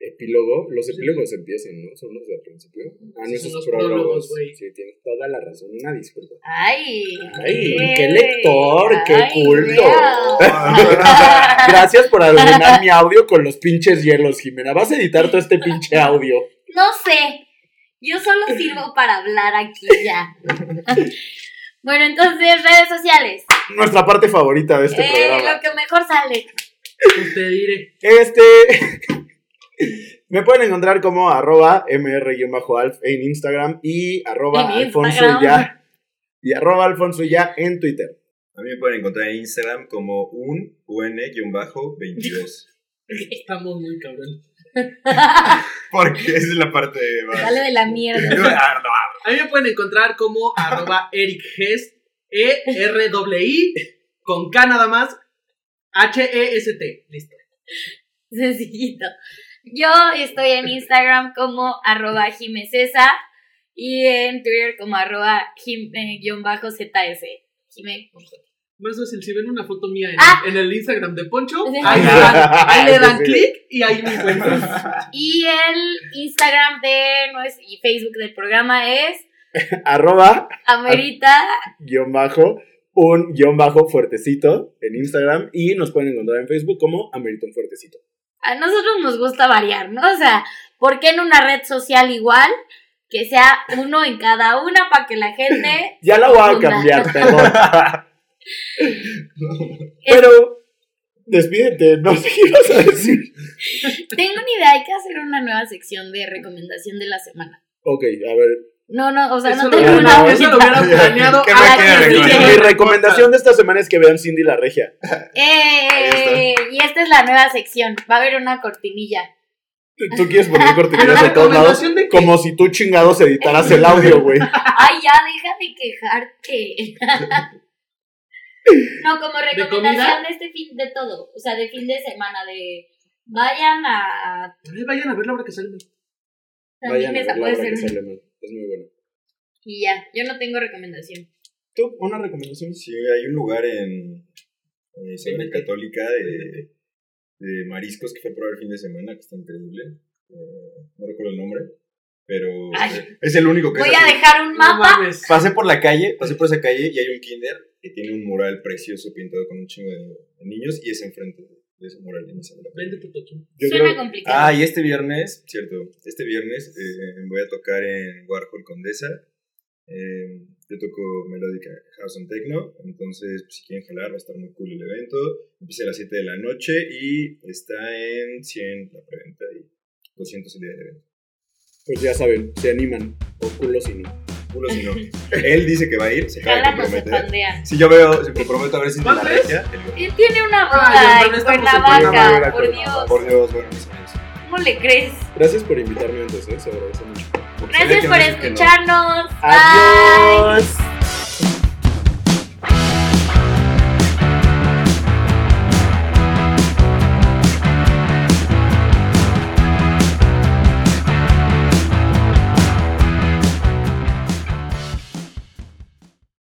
Speaker 2: Epílogo. Los epílogos empiezan, ¿no? Son los del principio. Ah, no,
Speaker 3: Son
Speaker 2: esos
Speaker 3: los
Speaker 2: prólogos.
Speaker 3: prólogos, güey.
Speaker 2: Sí, tienes toda la razón. Una disculpa. [LAUGHS]
Speaker 1: Ay,
Speaker 2: Ay,
Speaker 1: güey.
Speaker 2: qué lector, qué
Speaker 1: Ay,
Speaker 2: culto.
Speaker 1: vea. [LAUGHS]
Speaker 2: Gracias por arruinar mi audio con los pinches hielos, Jimena. Vas a editar todo este pinche audio.
Speaker 1: No sé. Yo solo sirvo para hablar aquí ya. bueno, entonces, redes sociales.
Speaker 2: Nuestra parte favorita de este
Speaker 1: Eh,
Speaker 2: programa.
Speaker 1: lo que mejor sale.
Speaker 3: Pues te diré.
Speaker 2: Este. [LAUGHS] Me pueden encontrar como arroba mr-alf en Instagram y arroba
Speaker 1: En
Speaker 2: alfonso
Speaker 1: Instagram.
Speaker 2: y ya. Y arroba alfonso y ya en Twitter. [LAUGHS]
Speaker 4: A mí me pueden encontrar en Instagram como un un-22.
Speaker 3: Estamos muy cabrón.
Speaker 4: [LAUGHS] Porque esa es la parte de
Speaker 1: Sale de la mierda.
Speaker 4: Ah, no, ah,
Speaker 3: A mí me pueden encontrar como [LAUGHS] arroba Eric Hest, E R W I con K nada más H E S T. Listo.
Speaker 1: [LAUGHS] Sencillito. Yo estoy en Instagram como arroba jimecesa y en Twitter como arroba jime-zf. Jime.
Speaker 3: Más fácil, si ven una foto mía en,
Speaker 1: Ah.
Speaker 3: en el Instagram de Poncho,
Speaker 1: Sí.
Speaker 3: ahí le dan, ahí le dan
Speaker 2: Sí, sí.
Speaker 3: clic y ahí me encuentran.
Speaker 1: Y el Instagram de nuestro, y Facebook del programa es
Speaker 2: Arroba
Speaker 1: Amerita.
Speaker 2: guión bajo un guión bajo fuertecito en Instagram y nos pueden encontrar en Facebook como Ameriton Fuertecito.
Speaker 1: A nosotros nos gusta variar, ¿no? O sea, ¿por qué en una red social igual? Que sea uno en cada una para que la
Speaker 2: [CLEARS THROAT]
Speaker 1: gente...
Speaker 2: Ya la voy a
Speaker 1: Confunda. [LAUGHS]
Speaker 2: cambiar, perdón. Pero despídete, no sé qué ibas a decir.
Speaker 1: Tengo una idea, hay que hacer una nueva sección de recomendación de la semana.
Speaker 2: Ok, a ver,
Speaker 1: No, no, o sea,
Speaker 3: Eso
Speaker 1: no
Speaker 3: lo
Speaker 1: tengo
Speaker 3: hubieran-
Speaker 2: no,
Speaker 1: una...
Speaker 2: no,
Speaker 3: eso lo
Speaker 1: [LAUGHS]
Speaker 3: hubieran planeado
Speaker 4: ¿Qué
Speaker 1: me
Speaker 3: antes
Speaker 1: quiere
Speaker 3: de que-
Speaker 2: Mi recomendación de esta semana es que vean Cindy la Regia.
Speaker 1: ¡Eh! Y esta es la nueva sección. Va a haber una cortinilla.
Speaker 2: Tú quieres poner [LAUGHS] cortinillas
Speaker 3: ¿La
Speaker 2: de todos lados.
Speaker 3: recomendación de qué?
Speaker 2: Como si tú chingados editaras el audio, güey.
Speaker 1: Ay, ya, deja de quejarte. [LAUGHS] No, como recomendación
Speaker 3: comida?
Speaker 1: de este fin de todo. O sea, de fin de semana, de vayan a.
Speaker 3: Ay, Vayan a verla ahora que salgan.
Speaker 1: También
Speaker 2: Vayan a
Speaker 1: esa
Speaker 2: verla
Speaker 1: puede
Speaker 2: ahora que
Speaker 1: ser.
Speaker 2: sale, man. Es muy bueno.
Speaker 1: Y ya, yo no tengo recomendación.
Speaker 2: ¿Tú? ¿Una recomendación?
Speaker 4: Sí, hay un lugar en eh, Sangre Católica de, de mariscos que fue a probar el fin de semana, que está increíble. Eh, no recuerdo el nombre, pero
Speaker 1: Ay.
Speaker 4: es el único que es
Speaker 1: Voy a
Speaker 4: así.
Speaker 1: dejar un
Speaker 3: No
Speaker 1: mapa.
Speaker 3: mames.
Speaker 4: Pasé por la calle, pasé por esa calle y hay un kinder que tiene un mural precioso pintado con un chingo de, de niños y es enfrente de ese mural en Sangre Católica.
Speaker 3: Vende tu toque.
Speaker 2: Yo
Speaker 1: Suena
Speaker 2: creo-
Speaker 1: complicado.
Speaker 3: [LAUGHS]
Speaker 4: Ah, y este viernes, cierto, este viernes eh, voy a tocar en Warhol Condesa. Eh, yo toco melódica House and Techno, entonces pues, si quieren jalar va a estar muy cool el evento. Empieza a las 7 de la noche y está en 100 la preventa y 200 el día del evento.
Speaker 2: Pues ya saben, se animan. O culo si no.
Speaker 3: [LAUGHS]
Speaker 4: Culo si no. Él dice que va a ir, se acaba de
Speaker 1: Ojalá no se
Speaker 4: comprometer.
Speaker 1: pandea.
Speaker 4: Si yo veo, se comprometo a ver si
Speaker 3: ¿Cuándo
Speaker 4: la
Speaker 3: es?
Speaker 4: regia, el
Speaker 3: Eh,
Speaker 4: viernes.
Speaker 1: Y Tiene una boda
Speaker 3: Ay,
Speaker 1: en
Speaker 3: hermano, estamos en
Speaker 1: Cuernavaca,
Speaker 2: Cuernavaca,
Speaker 1: por
Speaker 2: Cuernavaca.
Speaker 1: Dios.
Speaker 4: Por Dios, bueno, mis amigos.
Speaker 1: ¿Cómo le crees?
Speaker 2: Gracias por invitarme antes, ¿eh? Se agradece mucho.
Speaker 1: Gracias por
Speaker 4: Sabía que no decir que no.
Speaker 1: escucharnos. Bye.
Speaker 2: ¡Adiós!